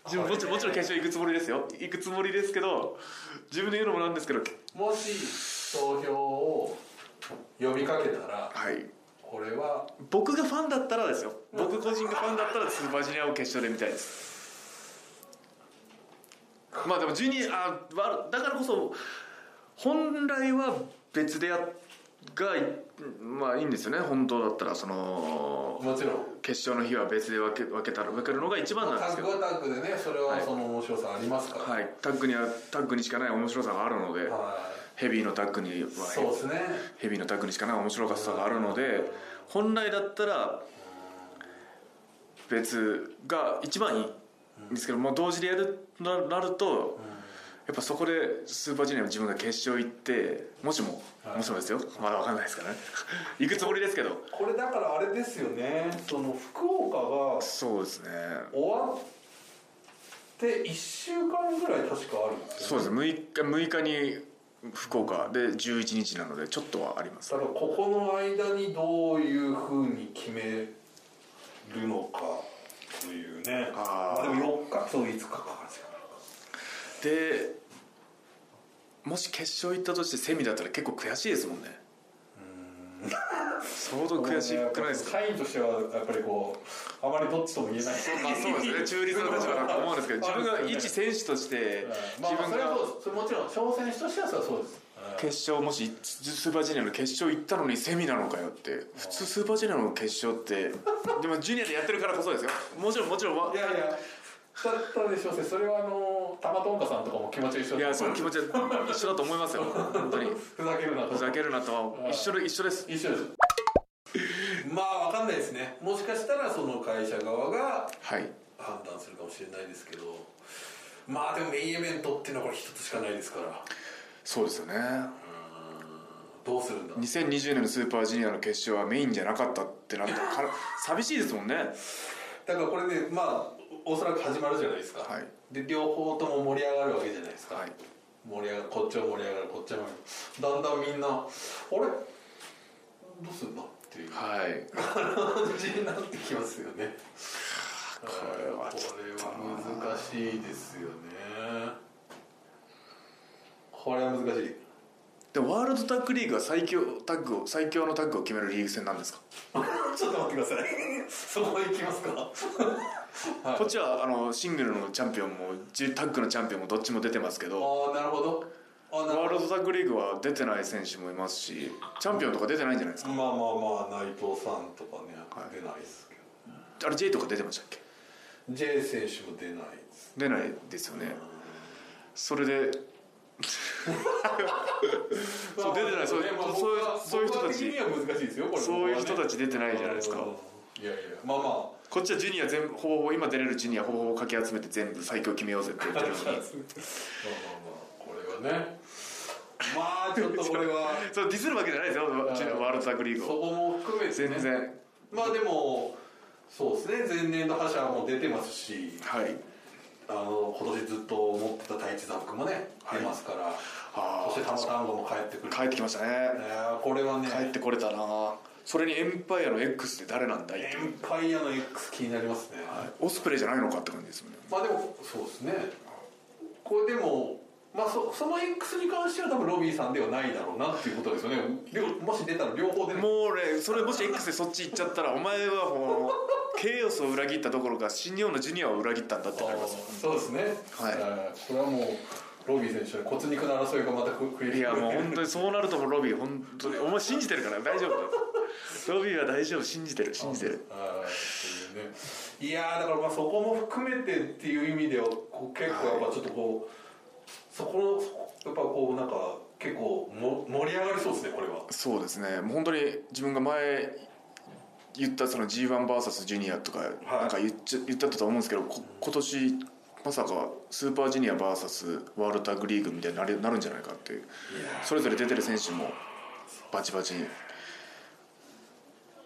Speaker 1: 自分もちろんもちろん決勝行くつもりですよ行くつもりですけど自分で言うのもなんですけど
Speaker 2: もし投票を呼びかけたら
Speaker 1: はい
Speaker 2: これは
Speaker 1: 僕がファンだったらですよ僕個人がファンだったらスーパージュニアを決勝で見たいですまあでもジュニアあわだからこそ本来は別でやがまあいいんですよね本当だったらその
Speaker 2: もちろん
Speaker 1: 決勝の日は別で分け分けたら分けるのが一番
Speaker 2: タ
Speaker 1: なんですけ
Speaker 2: ッグ
Speaker 1: ど
Speaker 2: はタッグでねそれはその面白さありますから
Speaker 1: はいタッグにはタッグにしかない面白さがあるので
Speaker 2: は
Speaker 1: ヘビーのタッグにはい
Speaker 2: そうですね
Speaker 1: ヘビーのタッグにしかない面白さがあるので本来だったら別が一番いいんですけどもう同時でやるとななるとやっぱそこでスーパージュニアの自分が決勝行ってもしも
Speaker 2: はい
Speaker 1: もしもですよまだ分かんないですからね 行くつもりですけど
Speaker 2: これだからあれですよねその福岡が
Speaker 1: そうですね
Speaker 2: 終わって1週間ぐらい確かあるんです
Speaker 1: そ
Speaker 2: よ、
Speaker 1: うですね6日6日に福岡で11日なのでちょっとはあります
Speaker 2: だからここの間にどういうふうに決めるのかというね
Speaker 1: あ
Speaker 2: ま
Speaker 1: ー
Speaker 2: あでも4日そう5日かかるんですよ
Speaker 1: でもし決勝行ったとしてセミだったら結構悔しいですもんね相当悔しくないですか
Speaker 2: 会員としてはやっぱりこうあまりどっちとも言え ない
Speaker 1: まあそうですね中立の立場だと思うんですけど自分が一選手として
Speaker 2: まあま
Speaker 1: 自
Speaker 2: あ
Speaker 1: 分
Speaker 2: それは
Speaker 1: が
Speaker 2: そうですもちろん挑戦者としてはそれはそうです
Speaker 1: 決勝もしスーパージュニアの決勝行ったのにセミなのかよって普通スーパージュニアの決勝ってでもジュニアでやってるからこそですよもちろんもちろんわ
Speaker 2: いやいやだったでしょうねそれはあの玉とんかさんとかも気持ち一緒
Speaker 1: いやその気持ちは一緒だと思いますよ本 当に
Speaker 2: ふざけるなと
Speaker 1: ふざけるなとは一緒で一緒です
Speaker 2: 一緒ですまあわかんないですねもしかしたらその会社側が
Speaker 1: はい
Speaker 2: 判断するかもしれないですけどまあでもメインイベントっていうのはこれ一つしかないですから
Speaker 1: そうですよね
Speaker 2: どうするんだ
Speaker 1: 2020年のスーパージュニアの決勝はメインじゃなかったってなったらか 寂しいですもんね
Speaker 2: だからこれねまあおそらく始まるじゃないですか、
Speaker 1: はい
Speaker 2: で両方とも盛り上がるわけじゃないですか、
Speaker 1: はい
Speaker 2: 盛り上がるこっちは盛り上がるこっちは盛り上がるだんだんみんなあれどうするんだっていう
Speaker 1: はい
Speaker 2: 感じになってきますよねこ
Speaker 1: れはちょっとな
Speaker 2: れは難しいですよねこれは難しい
Speaker 1: でもワールドタッグリーグは最強タッグを最強のタッグを決めるリーグ戦なんですか、
Speaker 2: ちょっと待ってください そこ行きますかはい
Speaker 1: こっちはあのシングルのチャンピオンもジュタッグのチャンピオンもどっちも出てますけ
Speaker 2: あ
Speaker 1: ど
Speaker 2: あなるほどあな
Speaker 1: ワー
Speaker 2: る
Speaker 1: ルドタッグリーグは出てない選手もいますしチャンピオンとか出てないんじゃないです
Speaker 2: まあまあまあ内藤さんとかね、
Speaker 1: はい
Speaker 2: 出ないですけど
Speaker 1: かあれ J とか出てましたっけ
Speaker 2: J 選手も出ないです
Speaker 1: 出ないですよねそれでそう出てないそう
Speaker 2: まあ
Speaker 1: そう
Speaker 2: 僕は
Speaker 1: そういう人たち
Speaker 2: 僕は的には難しいですよこれ
Speaker 1: そういう人た
Speaker 2: ち
Speaker 1: ち出てないじゃないですか
Speaker 2: いやいやまあまあ
Speaker 1: こっちはジュニア全部ほぼほぼ今出れるジュニアほぼほぼかき集めて全部最強決めようぜって言ってるのに
Speaker 2: まあまあまあこれはねまあちょっとこれは
Speaker 1: そうディスるわけじゃないですよ
Speaker 2: い
Speaker 1: ジュニアワールドタッグリー
Speaker 2: そ
Speaker 1: グを
Speaker 2: こも含めて
Speaker 1: 全
Speaker 2: ね
Speaker 1: 然
Speaker 2: まあでもそうですね前年の覇者も出てますし
Speaker 1: はい
Speaker 2: あの今年ずっと持ってた太一座服もね
Speaker 1: はい
Speaker 2: 出ますから、
Speaker 1: あ
Speaker 2: そしてタマタンゴも帰ってくる
Speaker 1: 帰ってきましたね
Speaker 2: いやーこれはね
Speaker 1: 帰ってこれたなそれにエンパイアの X って誰なんだいって
Speaker 2: エ
Speaker 1: いう
Speaker 2: ンパイアの X 気になりますね、
Speaker 1: オスプレイじゃないのかって感じですもんね
Speaker 2: まあでもそうですねこれでもまあそその X に関しては多分ロビーさんではないだろうなっていうことですよね両もし出たら両方出ない
Speaker 1: もう俺それもし X でそっち行っちゃったらお前はもうケイオスを裏切ったどころか新日本のジュニアを裏切ったんだってなりますよ
Speaker 2: そうですね
Speaker 1: はい
Speaker 2: これはもうロビー選手の骨肉の争いがまたく繰り
Speaker 1: いやもう
Speaker 2: 広
Speaker 1: 本当にそうなるともうロビー本当にお前信じてるから大丈 夫ロビーは大丈夫信じてる信じてる
Speaker 2: はいっていうねいやーだからまあそこも含めてっていう意味ではこう結構やっぱちょっとこうそこのそこやっぱこうなんか結構も盛り上がりそうですねこれは
Speaker 1: そうですねもう本当に自分が前言ったその G1VS ジュニアとかなんか言っちゃ言ったと思うんですけどこ今年まさかスーパージュニア VS ワールドタッグリーグみたいになるなるんじゃないかっていうそれぞれ出てる選手もバチバチ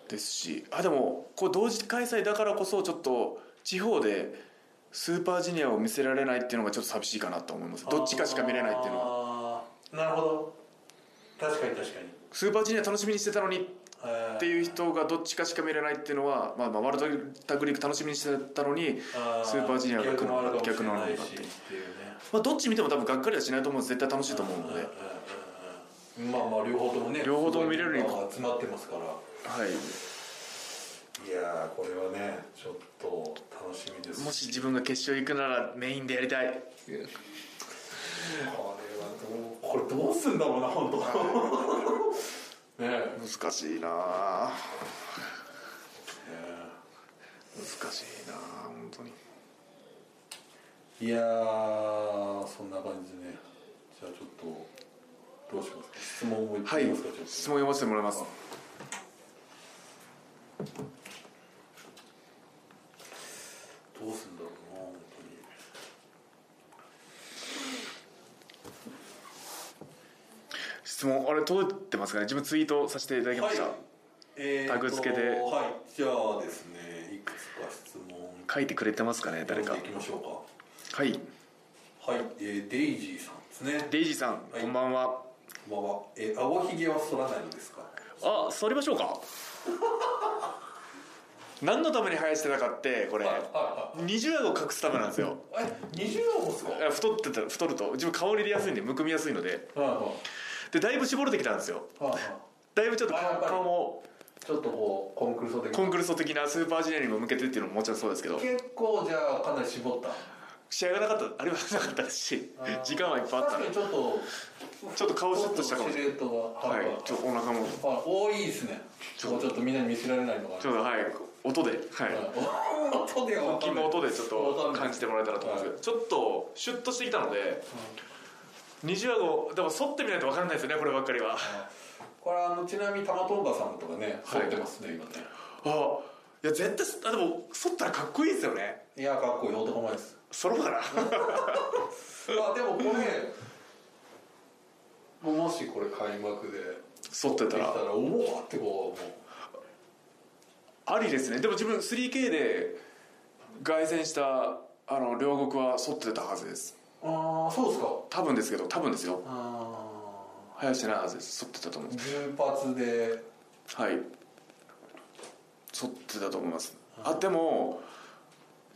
Speaker 1: ですしあでもこう同時開催だからこそちょっと地方でスーパージュニアを見せられないっていうのがちょっと寂しいかなと思いますどっちかしか見れないっていうのは
Speaker 2: はなるほど確かに確かに
Speaker 1: スーパージュニア楽しみにしてたのに
Speaker 2: っ
Speaker 1: っていう人がどっちかしか見れないっていうのは、まあ、まあワールドタッグリーグ楽しみにしてたのに、スーパージュニアが来るのか逆なのかって
Speaker 2: っていうね
Speaker 1: まあ、どっち見ても多分がっかりはしないと思うんです絶対楽しいと思うので、はい、
Speaker 2: うんうんうんうんまあまあ両方ともね
Speaker 1: 両方とも見れるように
Speaker 2: すごいメンバーが集まってますからいやーこれはねちょっと楽しみです
Speaker 1: もし自分が決勝行くならメインでやりたい
Speaker 2: これはどうこれどうすんだろうな 本当ねえ
Speaker 1: 難しいなあ
Speaker 2: ね
Speaker 1: 難しいなあ本当に
Speaker 2: えいやーそんな感じでねじゃあちょっとどうしますか質問をいって
Speaker 1: は
Speaker 2: み
Speaker 1: い
Speaker 2: ますか、ちょっと
Speaker 1: 質問読ませてもらいます
Speaker 2: どうすんだろうな本当に
Speaker 1: 質問あれ届いてますかね自分ツイートさせていただきました、
Speaker 2: はいえーと
Speaker 1: タグ付けで
Speaker 2: はいじゃあですねいくつか質問
Speaker 1: 書いてくれてますかね誰か
Speaker 2: 読んでいきましょ
Speaker 1: はい
Speaker 2: うかはい、えーデイジーさんですね
Speaker 1: デイジーさん、
Speaker 2: はい
Speaker 1: こんばんは
Speaker 2: こんばんは、えー、青ひげは剃らないのですか
Speaker 1: あ剃りましょ うか何のために生やしてたかってこれ二重顎隠すためなんですよ
Speaker 2: え二20話もですかはい
Speaker 1: あ太ってた太ると自分顔に出やすいんでむくみやすいので
Speaker 2: は
Speaker 1: でだいぶ絞れてきたんですよ
Speaker 2: いはい
Speaker 1: だいぶちょっと
Speaker 2: あやっぱり
Speaker 1: 顔も
Speaker 2: ちょっとこうコンクルーソ的
Speaker 1: コン
Speaker 2: に
Speaker 1: クルースト的なスーパージュニアにも向けてっていうのももちろんそうですけど
Speaker 2: 結構じゃあかなり絞った
Speaker 1: 試合がなかったあれはなかったですし時間はいっぱいあった
Speaker 2: 確
Speaker 1: の
Speaker 2: か
Speaker 1: で
Speaker 2: にちょっと
Speaker 1: ちょっと顔シュッとしたかもし
Speaker 2: シルエットが
Speaker 1: はい
Speaker 2: はいはい
Speaker 1: ちょっとお腹も
Speaker 2: あ多いですねちょっとみんなに見せられないのが
Speaker 1: ちょっとはい音ではい
Speaker 2: はい音では分
Speaker 1: 腹
Speaker 2: か
Speaker 1: 筋
Speaker 2: んない
Speaker 1: の音でちょっと感じてもらえたらと思うんですけどちょっとシュッとしてきたので二重顎でも反ってみないと分かんないですよねこればっかりは
Speaker 2: これあのちなみに玉トンガさんとかね剃ってますね、今ね
Speaker 1: あいや絶対あでも反ったらかっこいいですよね
Speaker 2: いやかっこいい男前です
Speaker 1: そろうかな
Speaker 2: まあでもこれもうもしこれ開幕で
Speaker 1: 反って
Speaker 2: でき
Speaker 1: た
Speaker 2: た
Speaker 1: ら
Speaker 2: らおおってこ
Speaker 1: ありですねでも自分 3K で凱旋したあの両国は反ってたはずです
Speaker 2: うもうああそうですか
Speaker 1: 多分ですけど多分ですよ
Speaker 2: あ
Speaker 1: 林してないはずです反ってたと思う
Speaker 2: 重発で
Speaker 1: はい反ってたと思いますあでも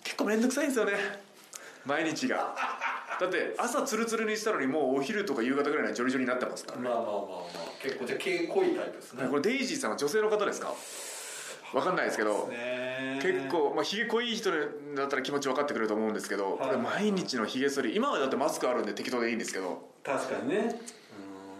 Speaker 1: 結構面倒くさいんですよね毎日がだって朝ツルツルにしたのにもうお昼とか夕方ぐらいにはジョリジョリになってますからね
Speaker 2: まあまあまあまあ結構じゃあ毛濃いタイプですね
Speaker 1: これデイジーさんは女性の方ですかわかんないですけど
Speaker 2: ね
Speaker 1: 結構、まあ、ひげ濃い人だったら気持ち分かってくれると思うんですけど、
Speaker 2: はい
Speaker 1: これ毎日のひげ剃り今はだってマスクあるんで適当でいいんですけど
Speaker 2: 確かにね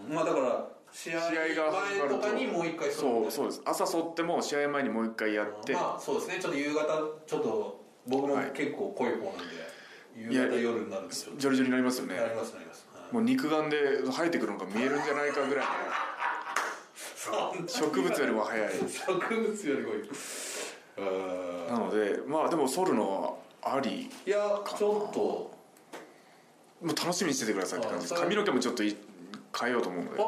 Speaker 2: うんまあだから試合
Speaker 1: 試合が始ま
Speaker 2: 前
Speaker 1: る
Speaker 2: と
Speaker 1: と
Speaker 2: かにもう一回剃るみ
Speaker 1: そ
Speaker 2: た
Speaker 1: う
Speaker 2: いな
Speaker 1: そうです朝剃っても試合前にもう一回やって、
Speaker 2: まあそうですねちょっと夕方ちょっと僕も
Speaker 1: はい
Speaker 2: 結構濃い方なんで、
Speaker 1: いや
Speaker 2: 夕方夜になるんですよ
Speaker 1: ジョリジョリになりますよね
Speaker 2: なりますなります、はい
Speaker 1: もう肉眼で生えてくるのが見えるんじゃないかぐらいの植物よりも早い
Speaker 2: 植物よりもいいうん
Speaker 1: なのでまあでも剃るのはあり
Speaker 2: いやちょっと
Speaker 1: もう楽しみにしててくださいって感じです髪の毛もちょっとい変えようと思うの
Speaker 2: あ
Speaker 1: で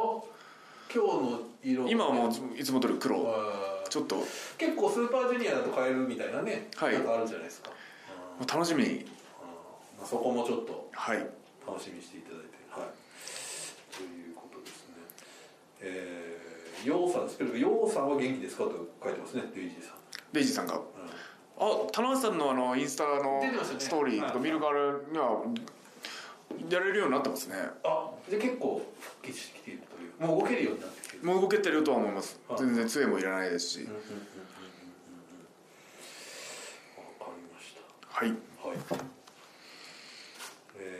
Speaker 2: 今日の色
Speaker 1: 今はもういつも通り黒
Speaker 2: あー
Speaker 1: ちょっとも
Speaker 2: 結構スーパージュニアだと買えるみたいなね、
Speaker 1: はい
Speaker 2: なんかあるじゃないですか、うん
Speaker 1: う楽しみに
Speaker 2: まあ、そこもちょっと
Speaker 1: はい
Speaker 2: 楽しみにしていただいてはいということですねえー、ようさんですけどようさんは元気ですかと書いてますねルイージさん、
Speaker 1: レイジさんが
Speaker 2: うん
Speaker 1: あ田中さんのあのインスタの
Speaker 2: 出てましたね
Speaker 1: ストーリーとか
Speaker 2: はい
Speaker 1: 見るからにはやれるようになってますね
Speaker 2: あじゃあ結構復帰してきているというもう動けるようになってきている
Speaker 1: もう動けてるとは思います
Speaker 2: はい
Speaker 1: 全然杖もいらないですし
Speaker 2: うんうんうんうんうんうんわかりました
Speaker 1: はい
Speaker 2: はい。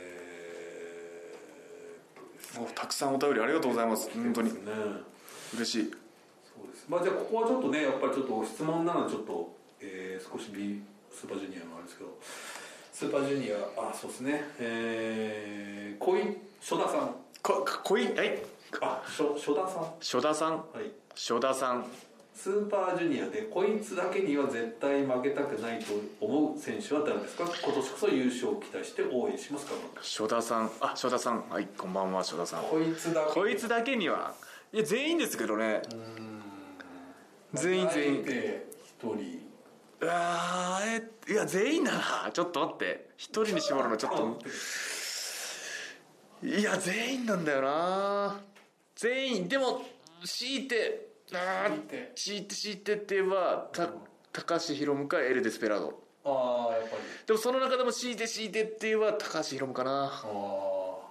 Speaker 2: えーっとですね
Speaker 1: もうたくさんお便りありがとうございます本当に
Speaker 2: そうですね。
Speaker 1: 嬉しい
Speaker 2: そうです。まあじゃあここはちょっとね、やっぱりちょっと質問なのでちょっと、えー、少しビスーパージュニアのあれですけど、スーパージュニアあそうですね。えー、小井初田さん
Speaker 1: かかっこいいはい
Speaker 2: あ初初田さん
Speaker 1: 初田さん
Speaker 2: はい。
Speaker 1: 初田さん
Speaker 2: スーパージュニアでこいつだけには絶対負けたくないと思う選手は誰ですか今年こそ優勝を期待して応援しますか
Speaker 1: 初田さんあ初田さんはいこんばんは初田さん
Speaker 2: こいつだけ
Speaker 1: こいつだけにはいや全員ですけどね全員全員
Speaker 2: で一人
Speaker 1: うわーえいや全員だなちょっと待って一人に絞るのちょっといや全員なんだよな全員でも強いてあー
Speaker 2: 強いて
Speaker 1: 強いて強いてって言えばた高橋宏夢かエル・デスペラード
Speaker 2: ああやっぱり
Speaker 1: でもその中でも強いて強いてって言えば高橋宏夢かな
Speaker 2: ああこ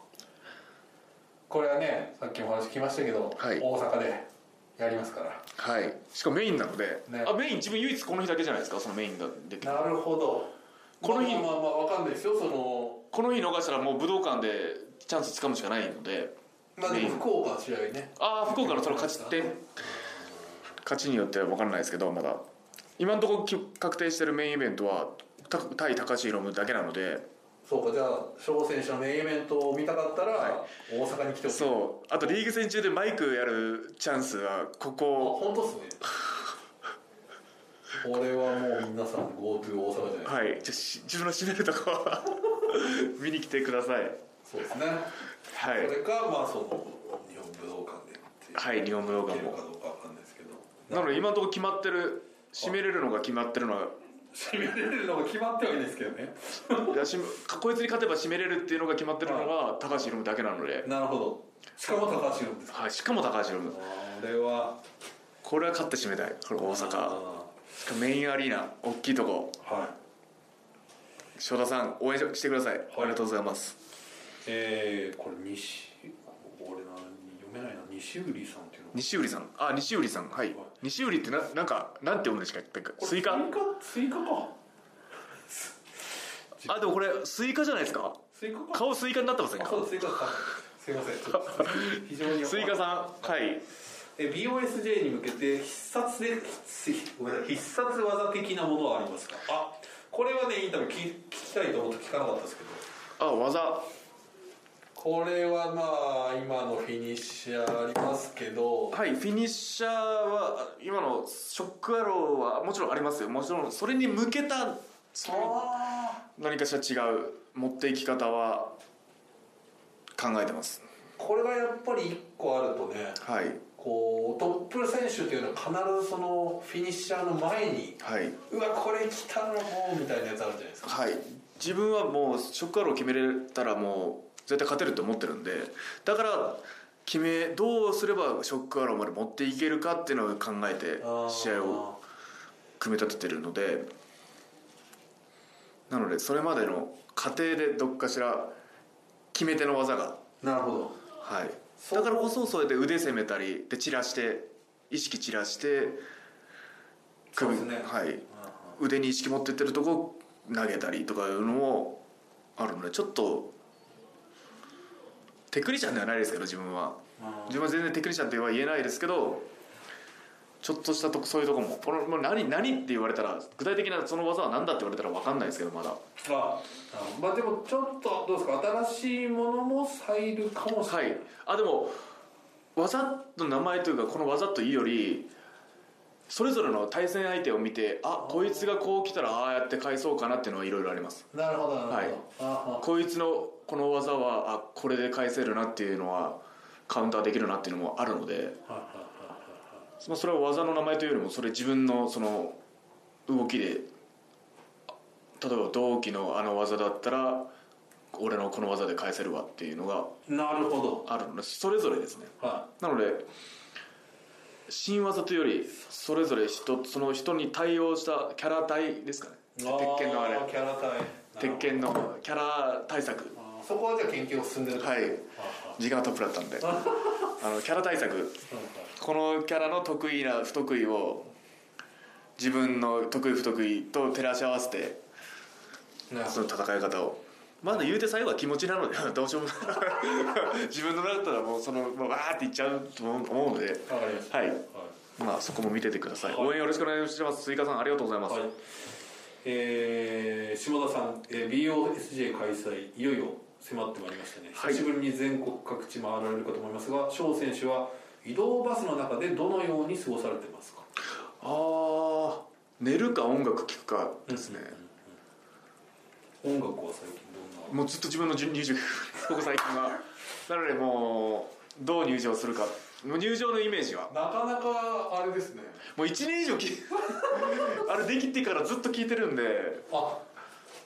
Speaker 2: れはねさっきもお話聞きましたけど、
Speaker 1: はい
Speaker 2: 大阪でやりますから
Speaker 1: はいしかもメインなので、
Speaker 2: ね
Speaker 1: あメイン自分唯一この日だけじゃないですかそのメインが出て
Speaker 2: なるほど
Speaker 1: この日
Speaker 2: まあまあまあわかんないですよその
Speaker 1: この日逃したらもう武道館でチャンスつかむしかないので
Speaker 2: まあでも福岡の試合ね
Speaker 1: ああ福岡のその勝ち点勝ちによっては分かんないですけどまだ今のところき確定してるメインイベントはた対高橋宏夢だけなので
Speaker 2: そうかじゃあ翔選手のメインイベントを見たかったら、
Speaker 1: は
Speaker 2: 大阪に来てほしいあ
Speaker 1: そうあとリーグ戦中でマイクやるチャンスはここ
Speaker 2: 本当っすねこれはもう皆さん GoTo 大阪じゃないですか
Speaker 1: はいじゃあし自分の締めるとこは 見に来てください
Speaker 2: そうですね
Speaker 1: は
Speaker 2: そ
Speaker 1: い
Speaker 2: れかまあその日本武道館でっていう
Speaker 1: はい日本武道
Speaker 2: い
Speaker 1: 館
Speaker 2: けるか
Speaker 1: も
Speaker 2: どうかわかんないですけど
Speaker 1: なので今のところ決まってる締めれるのが決まってるのは
Speaker 2: 締めれるのが決まってはいないですけどね
Speaker 1: いやしこいつに勝てば締めれるっていうのが決まってるのが高橋宏夢だけなので、
Speaker 2: なるほどしかも高橋宏です
Speaker 1: はい、しかも高橋宏夢
Speaker 2: これは
Speaker 1: これは勝って締めたいこれ大阪
Speaker 2: は
Speaker 1: しかもメインアリーナ大きいとこ
Speaker 2: い
Speaker 1: 翔太さん応援してください、ありがとうございます
Speaker 2: えー、これ西俺な読めないな西瓜さんっていうの
Speaker 1: 西瓜さんあ西瓜さんはい、
Speaker 2: い
Speaker 1: 西瓜ってななんかなんて読むんでしたっけスイカ
Speaker 2: スイカスイカか
Speaker 1: あでもこれスイカじゃないですか
Speaker 2: スイカか
Speaker 1: 顔スイカになってません
Speaker 2: あそう
Speaker 1: か
Speaker 2: だスイカかすいませんちょっと非常に
Speaker 1: スイカさんはい
Speaker 2: え BOSJ に向けて必殺で必ごめんなさい必殺技的なものはありますかあこれはねインタビュー聞き聞きたいと思って聞かなかったですけど
Speaker 1: あ技
Speaker 2: これはまあ今のフィニッシャーありますけど
Speaker 1: はいフィニッシャーは今のショックアローはもちろんありますよもちろんそれに向けたその
Speaker 2: あ
Speaker 1: 何かしら違う持っていき方は考えてます
Speaker 2: ーこれがやっぱり一個あるとね
Speaker 1: はい
Speaker 2: こうトップ選手っていうのは必ずそのフィニッシャーの前に
Speaker 1: はいう
Speaker 2: わこれ来たのもうみたいなやつあるじゃないですか
Speaker 1: はい自分はもうショックアロー決めれたらもう絶対勝てると思ってるんでだから決めどうすればショックアローまで持っていけるかっていうのを考えて
Speaker 2: あー
Speaker 1: 試合を組み立ててるのでなのでそれまでの過程でどっかしら決め手の技が
Speaker 2: なるほど
Speaker 1: はい
Speaker 2: そう
Speaker 1: だからこそそうやって腕攻めたりで散らして意識散らして
Speaker 2: そうで
Speaker 1: 組み
Speaker 2: すね
Speaker 1: はい腕に意識持ってってるとこ投げたりとかいうのもあるのでちょっとテクニシャンではないですけど自分は
Speaker 2: うんうん
Speaker 1: 自分は全然テクニシャンとは言えないですけどちょっとしたとこそういうとこもこのもう何何って言われたら具体的なその技は何だって言われたら分かんないですけどまだ
Speaker 2: ああまあでもちょっとどうですか新しいものも入るかもしれ
Speaker 1: は
Speaker 2: ない、
Speaker 1: いあでも技の名前というかこの技というよりそれぞれの対戦相手を見てあこいつがこう来たらああやって返そうかなっていうのはいろいろあります
Speaker 2: なるほどなるほど、
Speaker 1: はい
Speaker 2: あ
Speaker 1: こいつのこの技はあこれで返せるなっていうのはカウンターできるなっていうのもあるので、
Speaker 2: あはいはい
Speaker 1: まあ、それは技の名前というよりもそれ自分のその動きであ例えば同期のあの技だったら俺のこの技で返せるわっていうのが
Speaker 2: はいはいなるほど
Speaker 1: あるのでそれぞれですね
Speaker 2: は
Speaker 1: なので新技というよりそれぞれ人その人に対応したキャラ対ですかね
Speaker 2: い
Speaker 1: 鉄拳のあれ
Speaker 2: ーキャラ対
Speaker 1: 鉄拳のキャラ対策
Speaker 2: あーそこはじゃあ研究が進んでる
Speaker 1: はい
Speaker 2: ああ
Speaker 1: 時間がたっぷりあったんで あのキャラ対策このキャラの得意な不得意を自分の得意不得意と照らし合わせて
Speaker 2: なる
Speaker 1: そ
Speaker 2: ほ
Speaker 1: の戦い方をまだ言うて最後は気持ちなので どうしようもない自分の中だったらもうそのまあわーっていっちゃうと思うので
Speaker 2: どわかりました
Speaker 1: はい
Speaker 2: はい
Speaker 1: まあそこも見ててください、
Speaker 2: はい
Speaker 1: 応援よろしくお願いしますスイカさんありがとうございます、
Speaker 2: はい。えー、下田さん、えー、BOSJ 開催いよいよ迫ってまいりましたね。
Speaker 1: はい
Speaker 2: 久しぶりに全国各地回られるかと思いますが、翔選手は移動バスの中でどのように過ごされてますか。
Speaker 1: ああ寝るか音楽聴くかですね、
Speaker 2: 音楽は最近どんな。
Speaker 1: もうずっと自分の入入場ここ最近はなのでもうどう入場するかもう入場のイメージは
Speaker 2: なかなかあれですね。
Speaker 1: もう1年以上聞い あれできてからずっと聴いてるんで
Speaker 2: あ、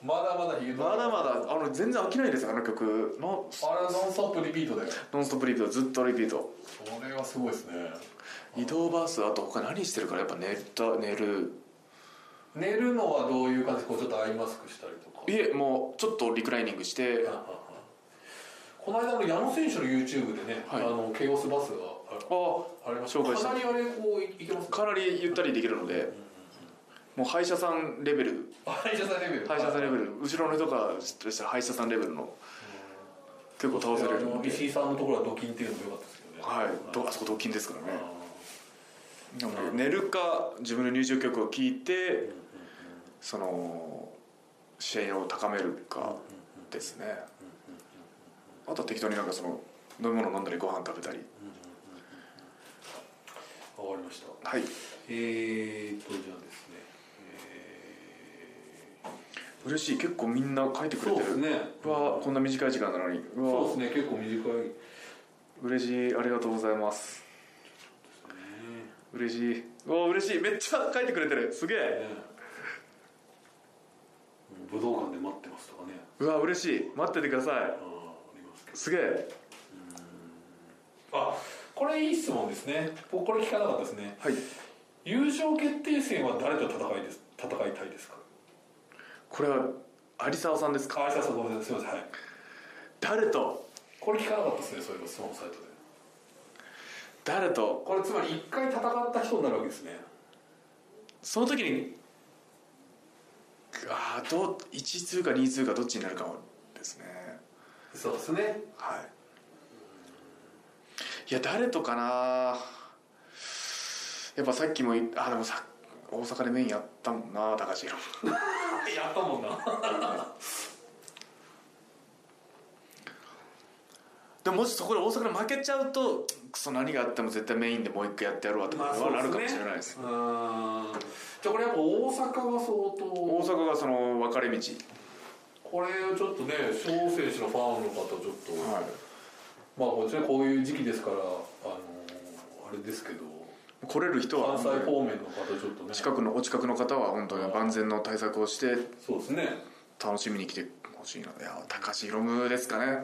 Speaker 2: まだまだ言う
Speaker 1: まだまだあの全然飽きないですよあの曲の
Speaker 2: あれはノンストップリピートだよ。
Speaker 1: ノンストップリピートずっとリピート
Speaker 2: それはすごいですね。
Speaker 1: 移動バースあと他何してるからやっぱ寝た寝る
Speaker 2: 寝るのはどういう感じですか。こうちょっとアイマスクしたりとか。
Speaker 1: いえもうちょっとリクライニングして
Speaker 2: はいはいはいこの間の矢野選手の YouTube でね、
Speaker 1: はい
Speaker 2: あのケイオスバスが
Speaker 1: あ
Speaker 2: あありました
Speaker 1: 紹介した
Speaker 2: かなりあれこういいけ ます
Speaker 1: かなりゆったりできるのでもう歯医者さんレベル
Speaker 2: 歯医者さんレベル
Speaker 1: 歯医者さんレベル後ろの人が知ってる人は歯医者さんレベルの結構倒せれる
Speaker 2: あ
Speaker 1: の
Speaker 2: の
Speaker 1: で
Speaker 2: 石井さんのところはドキンっていうのも良かったですけどね
Speaker 1: はいどあそこドキンですからね
Speaker 2: あ
Speaker 1: なので寝るか自分の入場曲を聴いてその支援を高めるかですねあとは適当になんかその飲み物飲んだりご飯食べたり
Speaker 2: ーわかりました
Speaker 1: はい
Speaker 2: えーっとじゃあですね
Speaker 1: 嬉しい結構みんな書いて
Speaker 2: えー
Speaker 1: くれ
Speaker 2: そう
Speaker 1: て
Speaker 2: です
Speaker 1: る
Speaker 2: ね
Speaker 1: うわこんな短い時間なのにう
Speaker 2: そうですね
Speaker 1: わ
Speaker 2: 結構短いですね
Speaker 1: 嬉しいありがとうございます嬉しいうわ嬉しいめっちゃ書いてくれてるすげえ
Speaker 2: ね武道館で待ってますとかね
Speaker 1: うわ嬉しい待っててください
Speaker 2: あーありますけど
Speaker 1: すげえ
Speaker 2: あこれいい質問ですね僕これ聞かなかったですね
Speaker 1: はい
Speaker 2: 優勝決定戦は誰と戦いです戦いたいですか
Speaker 1: これは有沢さんですか
Speaker 2: 川合さんそうごめんなさいすいませんはい
Speaker 1: 誰と
Speaker 2: これ聞かなかったですねそういえばスマホサイトで
Speaker 1: 誰と
Speaker 2: これつまり一回戦った人になるわけですね
Speaker 1: その時にああどう1通か2通かどっちになるかもですね
Speaker 2: そうですね
Speaker 1: はいいや誰とかなやっぱさっきも言あでもさ大阪でメインやったもんな高橋宏
Speaker 2: やった もんな
Speaker 1: でももしそこで大阪で負けちゃうとクソ何があっても絶対メインでもう一回やってやるわとかはなるかもしれないです
Speaker 2: うーんじゃあこれやっぱ大阪は相
Speaker 1: 大
Speaker 2: 当
Speaker 1: 阪がその分かれ道
Speaker 2: これをちょっとね翔選手のファンの方ちょっと、
Speaker 1: はい
Speaker 2: まあこっちらこういう時期ですからあのーあれですけど
Speaker 1: 来れる人は
Speaker 2: 関西
Speaker 1: 本当に
Speaker 2: 方面の方ちょっとね
Speaker 1: 近くのお近くの方は本当に万全の対策をして
Speaker 2: そうですね
Speaker 1: 楽しみに来てほしいのでいや高橋宏夢ですかね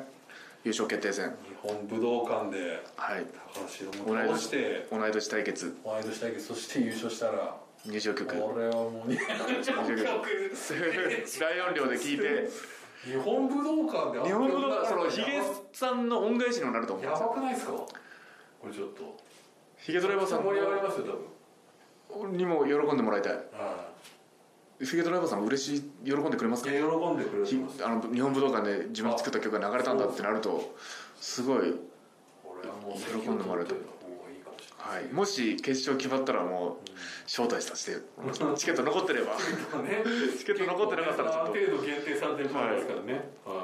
Speaker 1: 優勝決定戦
Speaker 2: 日本武道館で
Speaker 1: はい
Speaker 2: 高橋宏夢を倒して
Speaker 1: 同い年対決
Speaker 2: ワイドしたいけどそして優勝したら
Speaker 1: 入場曲
Speaker 2: これはも うね
Speaker 1: 大音量で聞いて
Speaker 2: 日本武道館で
Speaker 1: 日本語がその
Speaker 2: の
Speaker 1: ヒゲさんの恩返しにもなると思うん
Speaker 2: や
Speaker 1: ですよ
Speaker 2: ばくないですかこれちょっと
Speaker 1: ヒゲドライバーさん
Speaker 2: 盛り上がりますよ多分
Speaker 1: にも喜んでもらいたい
Speaker 2: は
Speaker 1: ヒゲドライバーさん嬉しい喜んでくれます
Speaker 2: い
Speaker 1: か
Speaker 2: いや喜んでくれ
Speaker 1: ひ
Speaker 2: てます
Speaker 1: あの日本武道館で自分の作った曲が流れたんだってなるとすごい
Speaker 2: これはもう
Speaker 1: 喜んでもらえた
Speaker 2: 席を取っといた方がいいかもしれない
Speaker 1: はい、もし決勝決まったらもう招待させてチケット残ってれば
Speaker 2: ね
Speaker 1: チケット残ってなかったらちょっと
Speaker 2: 結構ねある程度限定されてるものですからね、はいえーちょ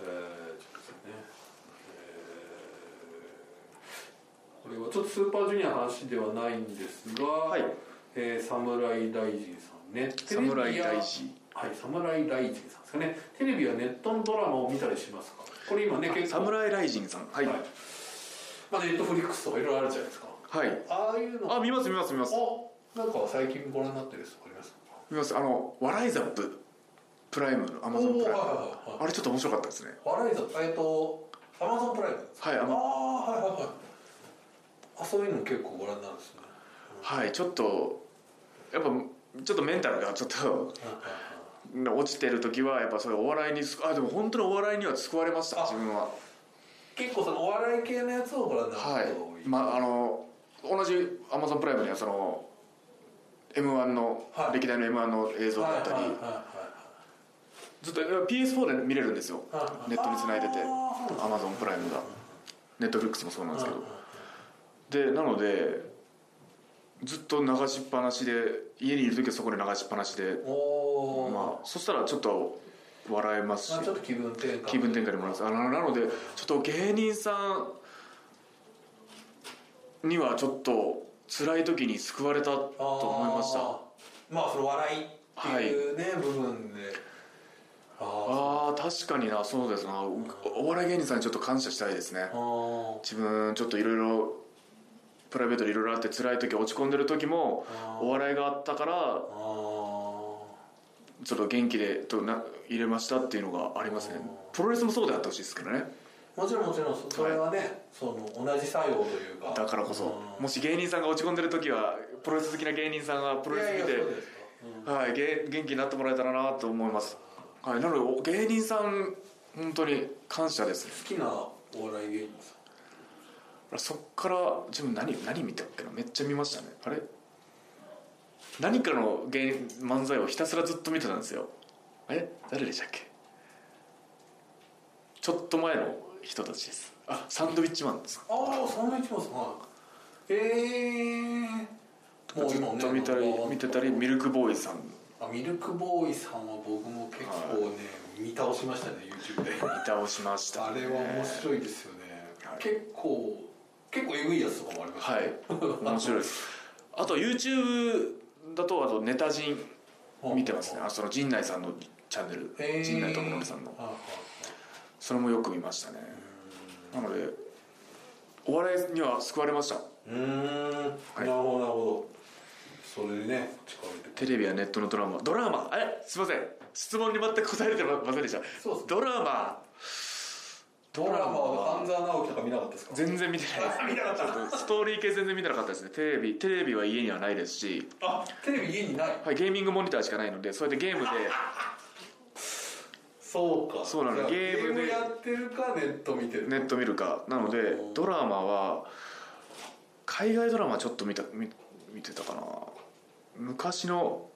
Speaker 2: っとねえーこれはちょっとスーパージュニアの話ではないんですが、
Speaker 1: はい
Speaker 2: えー侍大臣さんね
Speaker 1: 侍大
Speaker 2: 臣
Speaker 1: 臣
Speaker 2: はい侍大臣さんですかねテレビやネットのドラマを見たりしますかこれ今ね結構
Speaker 1: 侍大臣さんはい
Speaker 2: はいまあ、ネットフリックスとかいろいろあるじゃないですか
Speaker 1: はい
Speaker 2: ああいうの
Speaker 1: あ見ます見ます見ます
Speaker 2: あなんか最近ご覧になってるやつありますか
Speaker 1: 見ますあの「笑いザップ」プライムのアマゾンプライム
Speaker 2: あ
Speaker 1: あれちょっと面白かったですね
Speaker 2: 笑いぞえっとアマゾンプライムですか
Speaker 1: はい
Speaker 2: あ
Speaker 1: あ
Speaker 2: あ
Speaker 1: の
Speaker 2: はいはいはいあそういうの結構ご覧になるんですね
Speaker 1: はいちょっとやっぱちょっとメンタルがちょっと落ちてる時はやっぱそれお笑いにすあでも本当にお笑いには救われました
Speaker 2: あ
Speaker 1: 自分は
Speaker 2: 結構そのお笑い系のやつをご覧になる
Speaker 1: は
Speaker 2: ことが多い
Speaker 1: いまああの同じアマゾンプライムにはその m 1の、
Speaker 2: はい
Speaker 1: 歴代の m 1の映像
Speaker 2: はい
Speaker 1: だ
Speaker 2: は
Speaker 1: っ
Speaker 2: い
Speaker 1: たり、
Speaker 2: はいはい
Speaker 1: ずっと PS4 で見れるんですよ
Speaker 2: はい
Speaker 1: ネットに繋いでて
Speaker 2: あー
Speaker 1: アマゾンプライムがネットフリックスもそうなんですけど
Speaker 2: はいはい
Speaker 1: でなのでずっと流しっぱなしで家にいる時はそこで流しっぱなしで
Speaker 2: おー
Speaker 1: まあそしたらちょっと笑えますし
Speaker 2: まあちょっと気分転換
Speaker 1: 気分転換にもなりますあのなのでちょっと芸人さんにはちょっと辛い時に救われたと
Speaker 2: あー
Speaker 1: 思いましたあ
Speaker 2: まあその笑いっていうね部分であー
Speaker 1: あー確かになそうですなおお笑い芸人さんにちょっと感謝したいですね
Speaker 2: あー
Speaker 1: 自分ちょっといろいろプライベートでいろいろあって辛い時落ち込んでる時も
Speaker 2: あ
Speaker 1: お笑いがあったから
Speaker 2: あー
Speaker 1: ちょっと元気でとな入れましたっていうのがありますねプロレスもそうであってほしいですけどね
Speaker 2: もちろんもちろんそそれはね、その同じ作用というか
Speaker 1: だからこそもし芸人さんが落ち込んでる時はプロレス好きな芸人さんがプ
Speaker 2: うん
Speaker 1: ロ
Speaker 2: い
Speaker 1: レ
Speaker 2: やい
Speaker 1: ス見
Speaker 2: や
Speaker 1: て
Speaker 2: そうですか
Speaker 1: はい、げ元気になってもらえたらなと思います、はい、なので芸人さん本当に感謝ですね
Speaker 2: うん好きなお笑い芸人さん
Speaker 1: そっから自分何何見たっけなめっちゃ見ましたねあれ何かの芸漫才をひたすらずっと見てたんですよえ誰でしたっけちょっと前の人たちですあサンドウィッチマンです
Speaker 2: ああサンドウィッチマンさんはいええー、もう
Speaker 1: ず
Speaker 2: 今
Speaker 1: っ
Speaker 2: ね
Speaker 1: と見たり見てたりミルクボーイさん
Speaker 2: あミルクボーイさんは僕も結構ね、見倒しましたね YouTube で
Speaker 1: 見倒しました
Speaker 2: あ
Speaker 1: ね
Speaker 2: れは面白いですよね、
Speaker 1: はい
Speaker 2: 結構結構えぐいやつとかもありました
Speaker 1: はい 面白いですあと YouTube だとあとネタ陣見てますねあその陣内さんのチャンネル、
Speaker 2: えー、
Speaker 1: 陣内智則さんの
Speaker 2: あああ
Speaker 1: それもよく見ましたねなのでお笑いには救われました
Speaker 2: うーん、なるほどなるほどそれでね力を入れて
Speaker 1: テレビやネットのドラマドラマあれすいません質問に全く答えれてませんでした
Speaker 2: そうですね
Speaker 1: ドラマ
Speaker 2: ドラマは半沢直樹とか見なかったですか
Speaker 1: 全然見てないです
Speaker 2: あ 見なかった
Speaker 1: ちょっとストーリー系全然見てなかったですねテレビテレビは家にはないですし、
Speaker 2: あテレビ家にない
Speaker 1: はい、ゲーミングモニターしかないのでそうやってゲームで
Speaker 2: そうか
Speaker 1: そうなの
Speaker 2: じゃあ
Speaker 1: ゲームで
Speaker 2: ゲやってるかネット見てる
Speaker 1: ネット見るかなのでドラマは海外ドラマはちょっと見た見見てたかな昔の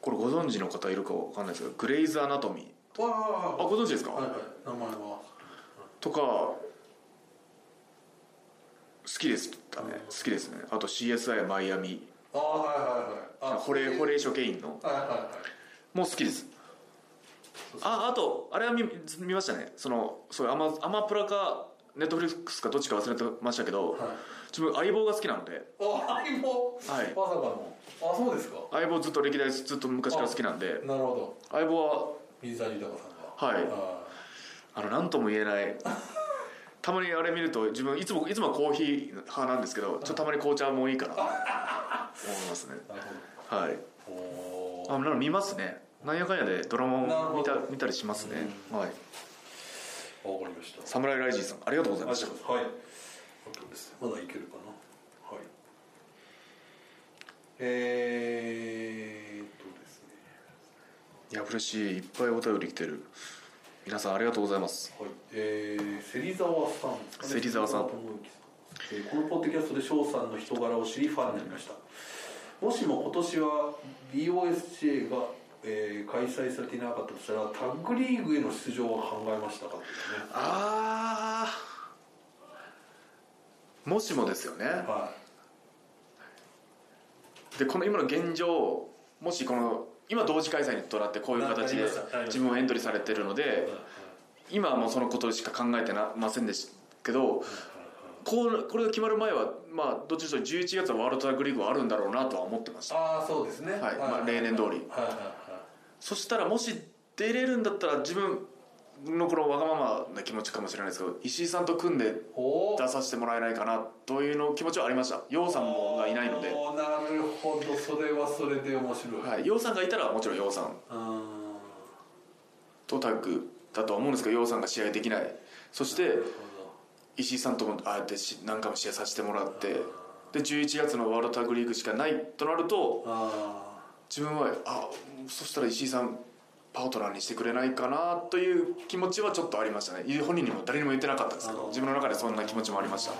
Speaker 1: これご存知の方いるかわかんないですけど「グレイズ・アナトミー」
Speaker 2: わあ
Speaker 1: あ
Speaker 2: は
Speaker 1: ご存知ですか、
Speaker 2: いはい名前は
Speaker 1: とか好きですだね好きですねあと CSI マイアミ
Speaker 2: ああはいはいはいあ
Speaker 1: ホレホレイ処刑員の
Speaker 2: はいはいはい
Speaker 1: もう好きですああとあれは見見ましたねそのそうアマアマプラかネットフリックスかどっちか忘れてましたけど、
Speaker 2: はい
Speaker 1: 自分相棒が好きなので
Speaker 2: あ相棒
Speaker 1: はい
Speaker 2: まさかのあそうですか
Speaker 1: 相棒ずっと歴代ずっと昔から好きなん
Speaker 2: な
Speaker 1: で
Speaker 2: るほど
Speaker 1: 相棒は
Speaker 2: 水谷豊さんが
Speaker 1: はい
Speaker 2: あ
Speaker 1: あの何とも言えないたまにあれ見ると自分いつもいつもはコーヒー派なんですけどちょっとたまに紅茶もいいかな思いますね
Speaker 2: ーなる
Speaker 1: はい
Speaker 2: ほどおー
Speaker 1: あなる見ますねなんやかんやでドラマも見た見たりしますねはい
Speaker 2: わかりました
Speaker 1: 侍ライジンさんありがとうございました
Speaker 2: はい。まだいけるかな。はい。えーっとですね。
Speaker 1: いや嬉しいいっぱいお便り来てる皆さんありがとうございます
Speaker 2: はい。えー、芹沢さんですかね。
Speaker 1: 芹沢さん
Speaker 2: 智之さんえーこのポッドキャストで翔さんの人柄を知りファンになりました。もしも今年は BOSJ が、えー開催されていなかったとしたらタッグリーグへの出場は考えましたかというね
Speaker 1: あもしもですよね
Speaker 2: は
Speaker 1: でこの今の現状もしこの今同時開催にとらってこういう形で
Speaker 2: ななりましたなりました
Speaker 1: 自分はエントリーされてるの
Speaker 2: い
Speaker 1: で
Speaker 2: はい
Speaker 1: 今はもうそのことしか考えてなませんでしたけどこうこれが決まる前はまあどっちにしろ11月はワールドタッグリーグはあるんだろうなとは思ってました
Speaker 2: ああそうですね
Speaker 1: はいまあ例年通り
Speaker 2: はいはい
Speaker 1: そしたらもし出れるんだったら自分のこのわがままな気持ちかもしれないですけど石井さんと組んで
Speaker 2: お
Speaker 1: 出させてもらえないかなというの気持ちはありました楊さんもがいないので
Speaker 2: おーなるほどそれはそれで面白い、
Speaker 1: はい楊さんがいたらもちろん楊さん
Speaker 2: うーん
Speaker 1: とタッグだとは思うんですけど楊さんが試合できないそして
Speaker 2: なる
Speaker 1: 石井さんともああやってし何回も試合させてもらっ
Speaker 2: ほ
Speaker 1: て
Speaker 2: ど
Speaker 1: で11月のワールドタッグリーグしかないとなると
Speaker 2: あ
Speaker 1: 自分はあそしたら石井さんパートナーにしてくれないかなという気持ちはちょっとありましたね本人にも誰にも言ってなかったんですけ
Speaker 2: あ
Speaker 1: ど
Speaker 2: ー
Speaker 1: 自分の中でそんな気持ちもありました
Speaker 2: あ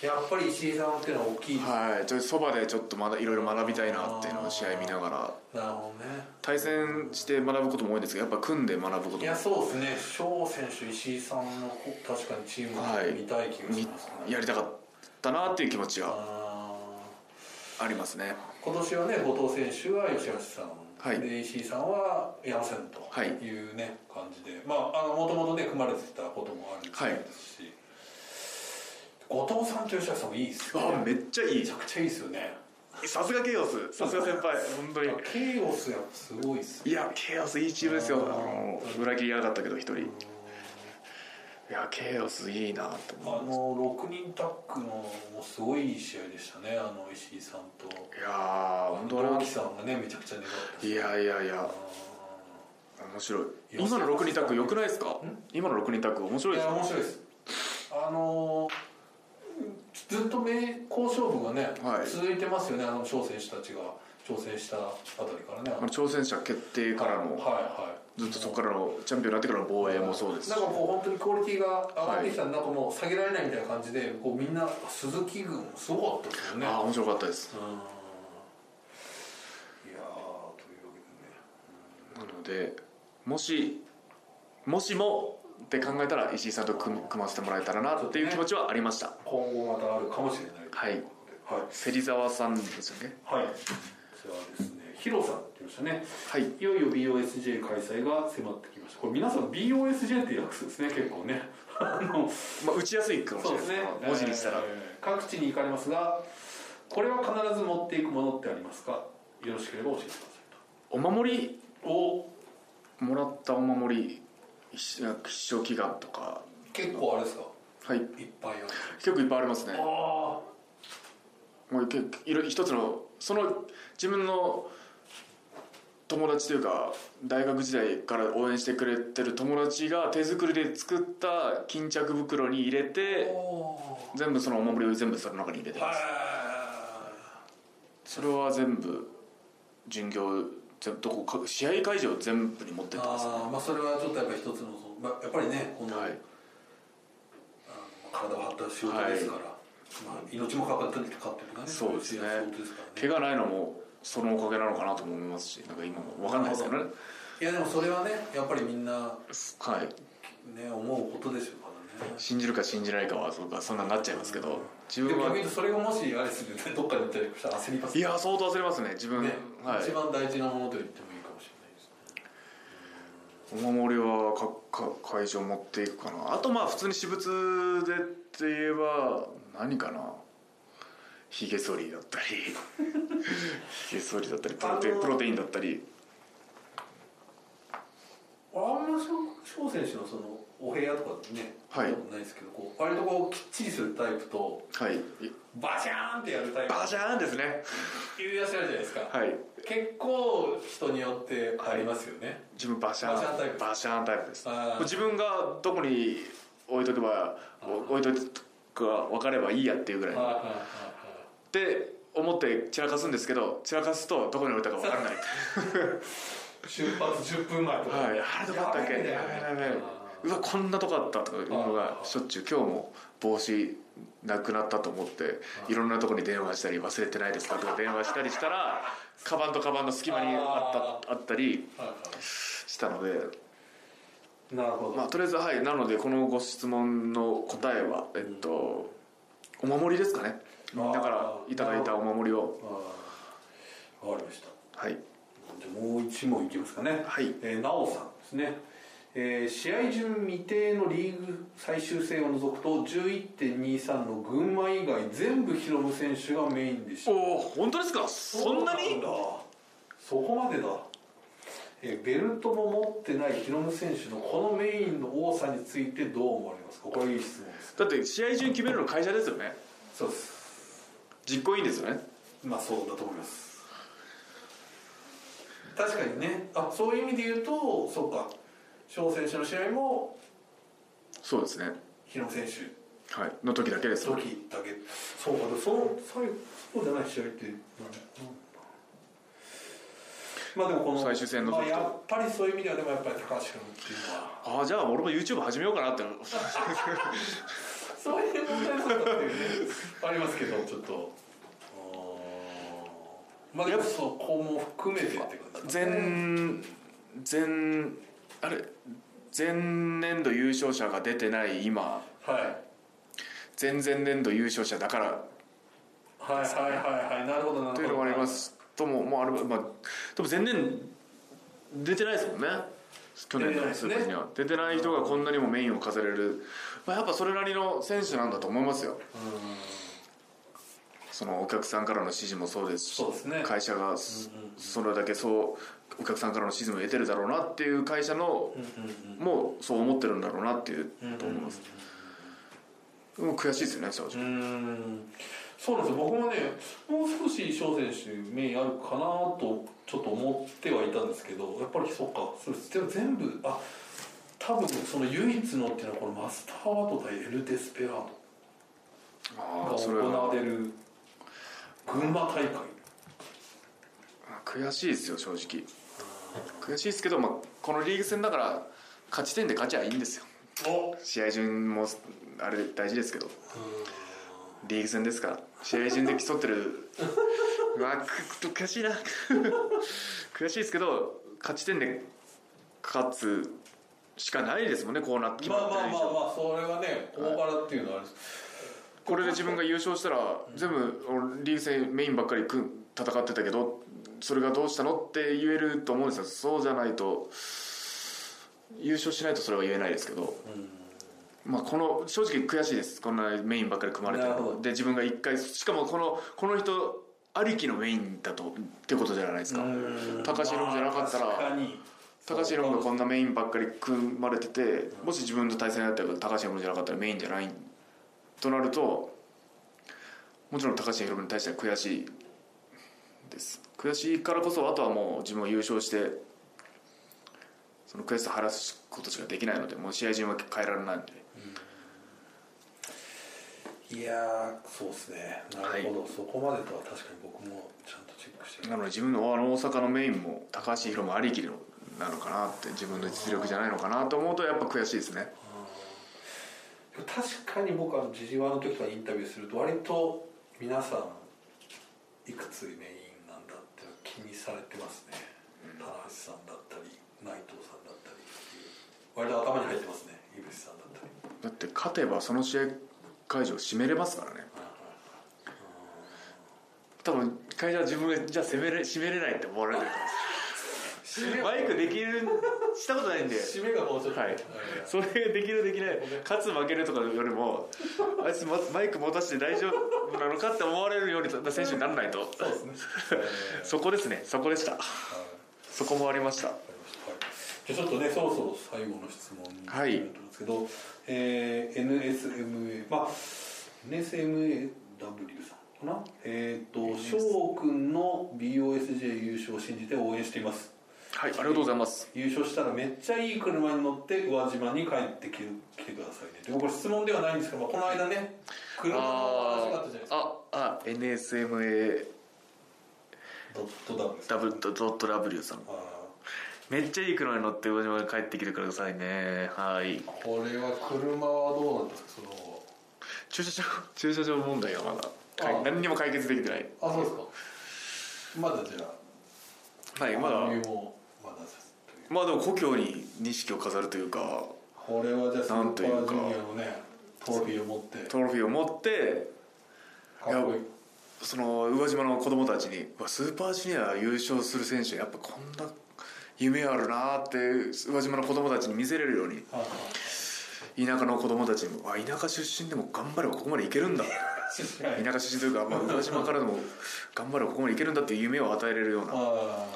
Speaker 2: やっぱり石井さんっていうのは大きい、
Speaker 1: はいちょっとそばでちょっとまだいろいろ学びたいなっていうのを試合見ながら
Speaker 2: なるほどね
Speaker 1: 対戦して学ぶことも多いんですけどやっぱ組んで学ぶこと
Speaker 2: い
Speaker 1: も
Speaker 2: やそうですね翔選手石井さんの確かにチーム
Speaker 1: はい
Speaker 2: 見たい気がしますね、
Speaker 1: やりたかったなっていう気持ちが
Speaker 2: あ
Speaker 1: ありますね
Speaker 2: ー今年はね後藤選手は吉橋さん、
Speaker 1: はい
Speaker 2: で石井さんは山瀬
Speaker 1: はい
Speaker 2: というね、感じでまああのもともとね組まれてたこともある
Speaker 1: はい
Speaker 2: ですし、後藤さんと吉橋さんもいいですね
Speaker 1: あめ
Speaker 2: め
Speaker 1: っちゃいい
Speaker 2: ちゃくちゃいいですよね
Speaker 1: さすがケイオスさすが先輩本当に
Speaker 2: ケイオスやっぱすごいっすね
Speaker 1: いやケイオスいいチームですよ
Speaker 2: あー
Speaker 1: あの裏切りやがったけど一人いやケイオスいいなと
Speaker 2: あ
Speaker 1: 思いま
Speaker 2: の6人タッグのもすごいいい試合でしたねあの石井さんと
Speaker 1: すいやー本当あれは
Speaker 2: 同期さんがねめちゃくちゃ願ったし
Speaker 1: いやいやいや面白い
Speaker 2: いや
Speaker 1: 今の6人タッグ良くないですか今の6人タッグ面白い
Speaker 2: い
Speaker 1: です
Speaker 2: や
Speaker 1: ね
Speaker 2: 面白いですあのーずっと名好勝負がね、
Speaker 1: はい
Speaker 2: 続いてますよねあの挑戦者たちが挑戦したあたりからね
Speaker 1: あの挑戦者決定から
Speaker 2: はい
Speaker 1: の
Speaker 2: はい
Speaker 1: ずっとそこからのチャンピオンになってからの防衛もそうですし
Speaker 2: なんかこう本当にクオリティが上がってきたんで、なんかもう下げられないみたいな感じでこうみんな鈴木軍すごかったですよね
Speaker 1: ああ面白かったです
Speaker 2: うんいやーというわけでね
Speaker 1: なのでもしもしもって考えたら石井さんと組組ませてもらえたらなっていう気持ちはありました
Speaker 2: 今後またあるかもしれないと
Speaker 1: はい
Speaker 2: はい
Speaker 1: 芹沢さんですよね
Speaker 2: はいじゃあですねヒロさんって言いましたね
Speaker 1: はい
Speaker 2: いよいよ BOSJ 開催が迫ってきましたこれ皆さん BOSJ って訳すんですね結構ねあの
Speaker 1: まあ打ちやすいかもしれないですね文字にしたら、
Speaker 2: えー各地に行かれますがこれは必ず持っていくものってありますかよろしければ教えてくださ
Speaker 1: お守り
Speaker 2: いとお
Speaker 1: もらったお守り必必勝祈願とか
Speaker 2: 結構あれですか
Speaker 1: はい
Speaker 2: いっぱいある
Speaker 1: 結構いっぱいありますね
Speaker 2: あ
Speaker 1: もう結構いろ一つのその自分の友達というか大学時代から応援してくれてる友達が手作りで作った巾着袋に入れ
Speaker 2: あ
Speaker 1: て
Speaker 2: お
Speaker 1: 全部そのお守りを全部その中に入れて
Speaker 2: ーは
Speaker 1: ますそれは全部巡業全どこか試合会場全部に持って
Speaker 2: い
Speaker 1: ってますね
Speaker 2: あーまあそれはちょっとやっぱり一つのその、まあ、やっぱりねこの、
Speaker 1: はい
Speaker 2: あの体を張った仕事ですから、まあ、命もかかってるかってるかね
Speaker 1: そうですね
Speaker 2: い仕事ですからね
Speaker 1: 怪我ないのもそのおかげなのかなとも思いますしなんか今も分かんないですけどね
Speaker 2: いやでもそれはねやっぱりみんな
Speaker 1: はい
Speaker 2: ね思うことでしょうからね
Speaker 1: 信じるか信じないかはそうかそんなになっちゃいますけど自
Speaker 2: で
Speaker 1: 分
Speaker 2: も
Speaker 1: は
Speaker 2: 逆にそれがもしあれするどっかで言ったりしたら焦ります
Speaker 1: いや相当焦りますね自分、
Speaker 2: ね、
Speaker 1: はい
Speaker 2: 一番大事なものと言ってもいいかもしれないですね
Speaker 1: お守りはかか会場持っていくかなあとまあ普通に私物でって言えば何かなひげ剃りだ ったりひげ剃りだったりプロテイ
Speaker 2: あ
Speaker 1: ン
Speaker 2: の
Speaker 1: プロテインだったり
Speaker 2: あんま翔選手のそのお部屋とかね、
Speaker 1: はい
Speaker 2: 見たことないですけどこう割とこうきっちりするタイプと
Speaker 1: はい
Speaker 2: バシャーンってやるタイプ
Speaker 1: バシャーンですね
Speaker 2: いらっしゃるじゃないですか、
Speaker 1: はい
Speaker 2: 結構人によってありますよね、
Speaker 1: 自分バシャーン
Speaker 2: バシャーンタイプ
Speaker 1: バシャーンタイプです
Speaker 2: あー
Speaker 1: 自分がどこに置いとけばお置いとくか分かればいいやっていうぐらい
Speaker 2: はいはい
Speaker 1: で思って散らかすんですけど散らかすとどこに置いたか分からない
Speaker 2: 出発10分前とか、
Speaker 1: はいあれどこだったっけ
Speaker 2: やべえんだよね
Speaker 1: やべえやべえうわこんなとこあったとかいうのがしょっちゅう今日も帽子なくなったと思っていろんなとこに電話したり忘れてないですかとか電話したりした らカバンとカバンの隙間にあったあったり
Speaker 2: はいは
Speaker 1: したので
Speaker 2: いなるほど、
Speaker 1: まあ、とりあえずはいなのでこのご質問の答えは、えっと、お守りですかね
Speaker 2: あー
Speaker 1: だからいただいたお守りを
Speaker 2: あーわかりました
Speaker 1: はい
Speaker 2: じゃあもう一問いきますかね
Speaker 1: はい
Speaker 2: えー、なおさんですね、えー試合順未定のリーグ最終戦を除くと11.23の群馬以外全部ヒロム選手がメインでした
Speaker 1: おお本当ですかそんな
Speaker 2: そう
Speaker 1: に
Speaker 2: だそこまでだえーベルトも持ってないヒロム選手のこのメインの多さについてどう思われますかこれいい質問です
Speaker 1: だって試合順決めるの会社ですよね
Speaker 2: そうです
Speaker 1: 実行委員ですよね
Speaker 2: まあそうだと思います確かにねあそういう意味で言うとそうか翔選手の試合も
Speaker 1: そうですね
Speaker 2: ヒロム選手
Speaker 1: はいの時だけですよね
Speaker 2: 時だけそうかでもその最後そうじゃない試合ってなんまあでもこの
Speaker 1: 最終戦の
Speaker 2: まあ、
Speaker 1: 時と
Speaker 2: やっぱりそういう意味ではでもやっぱり高橋君っていうのは
Speaker 1: ああじゃあ俺も YouTube 始めようかなって
Speaker 2: そういう問題だったっていうねありますけどちょっとあーまあでもそこも含めてって感じですね
Speaker 1: 前前あれ前年度優勝者が出てない今
Speaker 2: はい
Speaker 1: 前々年度優勝者だから
Speaker 2: はいはいはいはいなるほどなるほど
Speaker 1: というのもありますとももうあればまあでも前年出てないですもんね去年の数字には出てない人がこんなにもメインを飾れる、まあ、やっぱそれなりの選手なんだと思いますよそのお客さんからの支持もそうですし
Speaker 2: そうですね
Speaker 1: 会社がそそれだけそうお客さんからの支持も得てるだろうなっていう会社の
Speaker 2: うんうんうん
Speaker 1: もうそう思ってるんだろうなっていうと思います、うん悔しいですよね正
Speaker 2: う
Speaker 1: 直
Speaker 2: ーんそうなんですよ僕もねもう少し翔選手メインあるかなとちょっと思ってはいたんですけどやっぱりそっかそうですでも全部あ多分その唯一のっていうのはこのマスターワート対エル・デスペラード
Speaker 1: あ
Speaker 2: が
Speaker 1: あそれ
Speaker 2: 行わ
Speaker 1: は
Speaker 2: れる群馬大会
Speaker 1: 悔しいですよ正直悔しいですけど、まあ、このリーグ戦だから勝ち点で勝ちゃいいんですよ
Speaker 2: お
Speaker 1: 試合順もあれ大事ですけどリーグ戦ですから試合順で競っ てるまあく悔しいな 悔しいですけど勝ち点で勝つしかないですもんねこうなって決
Speaker 2: まあ
Speaker 1: まって
Speaker 2: まあ
Speaker 1: る以
Speaker 2: ま
Speaker 1: 上
Speaker 2: あまあそれはね大柄っていうのはあれです
Speaker 1: これで自分が優勝したら全部俺リーグ戦メインばっかり組ん戦ってたけどそれがどうしたのって言えると思うんですよそうじゃないと優勝しないとそれは言えないですけど、まあ、この正直悔しいですこんなメインばっかり組まれて
Speaker 2: なるほど
Speaker 1: で自分が一回しかもこのこの人ありきのメインだとってことじゃないですか高橋ロンじゃなかったら
Speaker 2: まあ確かに
Speaker 1: 高橋ロンがこんなメインばっかり組まれててもし自分と対戦だったら高橋ロンじゃなかったらメインじゃないとなるともちろん高橋ロンに対しては悔しいです悔しいからこそあとはもう自分は優勝してその悔しさを晴らすことしかできないのでもう試合順は変えられないんで
Speaker 2: いやーそうですねなるほど、そこまでとは確かに僕もちゃんとチェックして
Speaker 1: なので自分のあの大阪のメインも高橋宏もありきのなのかなって自分の実力じゃないのかなと思うとやっぱ悔しいですね
Speaker 2: 確かに僕はジジワの時からインタビューすると割と皆さんいくつメインなんだっていうのは気にされてますね田橋さんだったり内藤さんだったりっていう割と頭に入ってますね井口さんだったり
Speaker 1: だって勝てばその試合会場を締めれますからね多分会社は自分がじゃあ攻めれ締めれないって思われてるから
Speaker 2: 締
Speaker 1: バイクできるしたことないんで
Speaker 2: 締めがもうちょっと、
Speaker 1: はいそれできるできない勝つ負けるとかよりもあいつまバイク持たせて大丈夫なのかって思われるように選手にならないと
Speaker 2: そうですね、
Speaker 1: そこですねそこでした
Speaker 2: はい
Speaker 1: そこもありました
Speaker 2: わかりましたはいじゃあちょっとねそろそろ最後の質問に
Speaker 1: はい
Speaker 2: なると思うんですけど、えー NSMA まあ NSMAW さんかなえっ、と翔くんの BOSJ 優勝を信じて応援しています
Speaker 1: はいありがとうございます
Speaker 2: 優勝したらめっちゃいい車に乗って宇和島に帰ってきて来てくださいねというこれ質問ではないんですけど、まあ、この間ね車の話があったじゃないですか
Speaker 1: ああ NSMA
Speaker 2: ドットダブルです
Speaker 1: ダブドット W さん
Speaker 2: あー
Speaker 1: めっちゃいい車に乗って宇和島に帰ってきてくださいねはい
Speaker 2: これは車はどうなんですかその
Speaker 1: 駐車場駐車場問題がまだかい
Speaker 2: ああ
Speaker 1: 何にも解決できてない
Speaker 2: あそうですかまだじゃあ
Speaker 1: はいまだ
Speaker 2: 導入もまだですという
Speaker 1: まあでも故郷に錦を飾るというか
Speaker 2: これはじゃあスー
Speaker 1: なん
Speaker 2: パ
Speaker 1: という
Speaker 2: ー
Speaker 1: か
Speaker 2: ジュニアのねトロフィーを持って
Speaker 1: トロフィーを持って
Speaker 2: かっこいい
Speaker 1: その宇和島の子供たちにうわスーパージュニア優勝する選手やっぱこんな夢あるなって宇和島の子供たちに見せれるように
Speaker 2: はいはい
Speaker 1: 田舎の子供たちにもあ田舎出身でも頑張ればここまでいけるんだ
Speaker 2: はい
Speaker 1: 田舎出身というか、まあ、宇和島からでも頑張ればここまでいけるんだっていう夢を与えれるような
Speaker 2: あ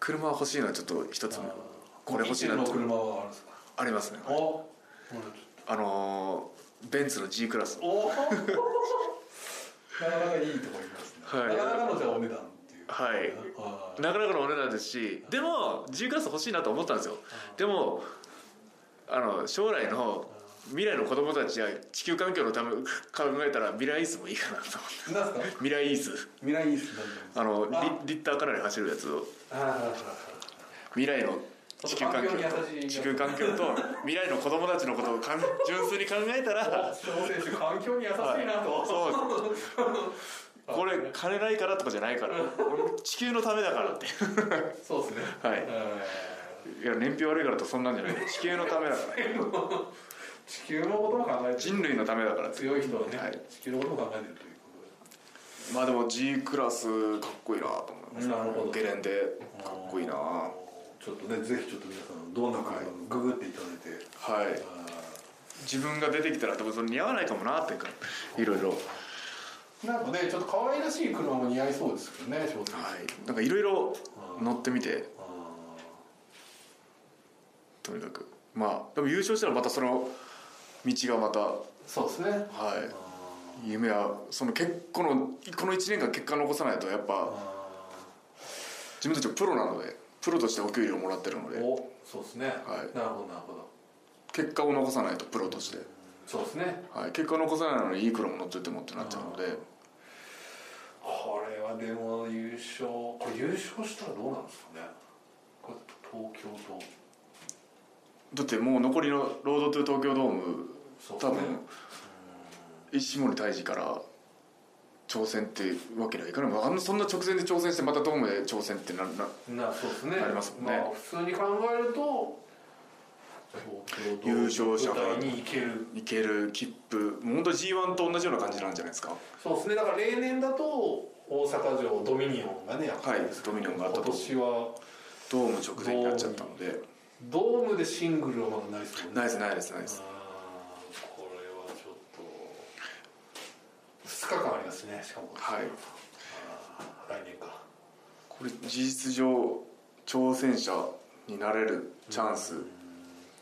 Speaker 1: 車は欲しいのはちょっと一つ
Speaker 2: ー
Speaker 1: これ欲しいな
Speaker 2: の
Speaker 1: と
Speaker 2: 車はあるんですか
Speaker 1: ありますね
Speaker 2: おこれ
Speaker 1: あのーベンツの G クラス
Speaker 2: ちょっとおなかなかいいとこいますね、
Speaker 1: はい
Speaker 2: なかなかのじゃあお値段っていう
Speaker 1: はい
Speaker 2: あー
Speaker 1: なかなかのお値段ですしでも G クラス欲しいなと思ったんですよでもあの将来の未来の子供たちや地球環境のため考えたらミライースもいいかなと 思って
Speaker 2: なんすか
Speaker 1: ミライース
Speaker 2: 未来いいっすね
Speaker 1: あのリ
Speaker 2: あ
Speaker 1: リッターかなり走るやつを
Speaker 2: あーはいはいはい
Speaker 1: 未来の地球環
Speaker 2: 環
Speaker 1: 境
Speaker 2: 境に優しい
Speaker 1: と地球環境と未来の子供たちのことをかん純粋に考えたら
Speaker 2: その選手環境に優しいなと、
Speaker 1: そうこれ金ないからとかじゃないから地球のためだからって
Speaker 2: そうですね
Speaker 1: はいいや燃費悪いからとそんなんじゃない地球のためだから
Speaker 2: 地球のことも考えて
Speaker 1: 人類のためだからって
Speaker 2: 強い人はね、
Speaker 1: はい
Speaker 2: 地球のことも考えてるという
Speaker 1: まあでも G クラスかっこいいなと思います、ね、
Speaker 2: なるほど
Speaker 1: ゲレンデかっこいいなは
Speaker 2: ことでちょっとねぜひちょっと皆さんどんな車なのかググっていただいて、
Speaker 1: い自分が出てきたら多分それ似合わないかもなっていうかいろいろは
Speaker 2: なんかねちょっと可愛らしい車も似合いそうですけどね正直、
Speaker 1: いなんかいろいろ乗ってみて
Speaker 2: あ
Speaker 1: とにかくまあでも優勝したらまたその道がまたは
Speaker 2: ーそうですねあ
Speaker 1: い夢はその結このこの1年間結果残さないとやっ
Speaker 2: ー
Speaker 1: ぱ自分たちもプロなのでプロとしてお給料もらってるので
Speaker 2: おそうですね、
Speaker 1: は
Speaker 2: な
Speaker 1: い
Speaker 2: るほどなるほど
Speaker 1: 結果を残さないとプロとして、
Speaker 2: そうですね
Speaker 1: はい、結果を残さないのにいい車も乗っててもってなっちゃうので
Speaker 2: これはでも優勝これ優勝したらどうなんですかねこれ東京と
Speaker 1: だってもう残りの「ロード・トゥ・東京ドーム
Speaker 2: そ」う
Speaker 1: 多
Speaker 2: ですね
Speaker 1: 分石森泰治から挑戦ってわけにはいかないあんなそんな直前で挑戦してまたドームで挑戦ってなな
Speaker 2: なそうですね
Speaker 1: ありますもんね
Speaker 2: あ、普通に考えると東京ドーム
Speaker 1: 優勝者が
Speaker 2: 舞台に行ける
Speaker 1: いける切符もう本当 g 1と同じような感じなんじゃないですか
Speaker 2: そうですねだから例年だと大阪城ドミニオンがねやったんですけど
Speaker 1: はいドミニオンがあったと
Speaker 2: 今年は
Speaker 1: ドーム直前になっちゃったので
Speaker 2: ドームでシングルはまだないですもんね
Speaker 1: ないですないですないです
Speaker 2: あーこれはちょっと2日間ありますねしかも
Speaker 1: はい
Speaker 2: あー来年か
Speaker 1: これ事実上挑戦者になれるチャンス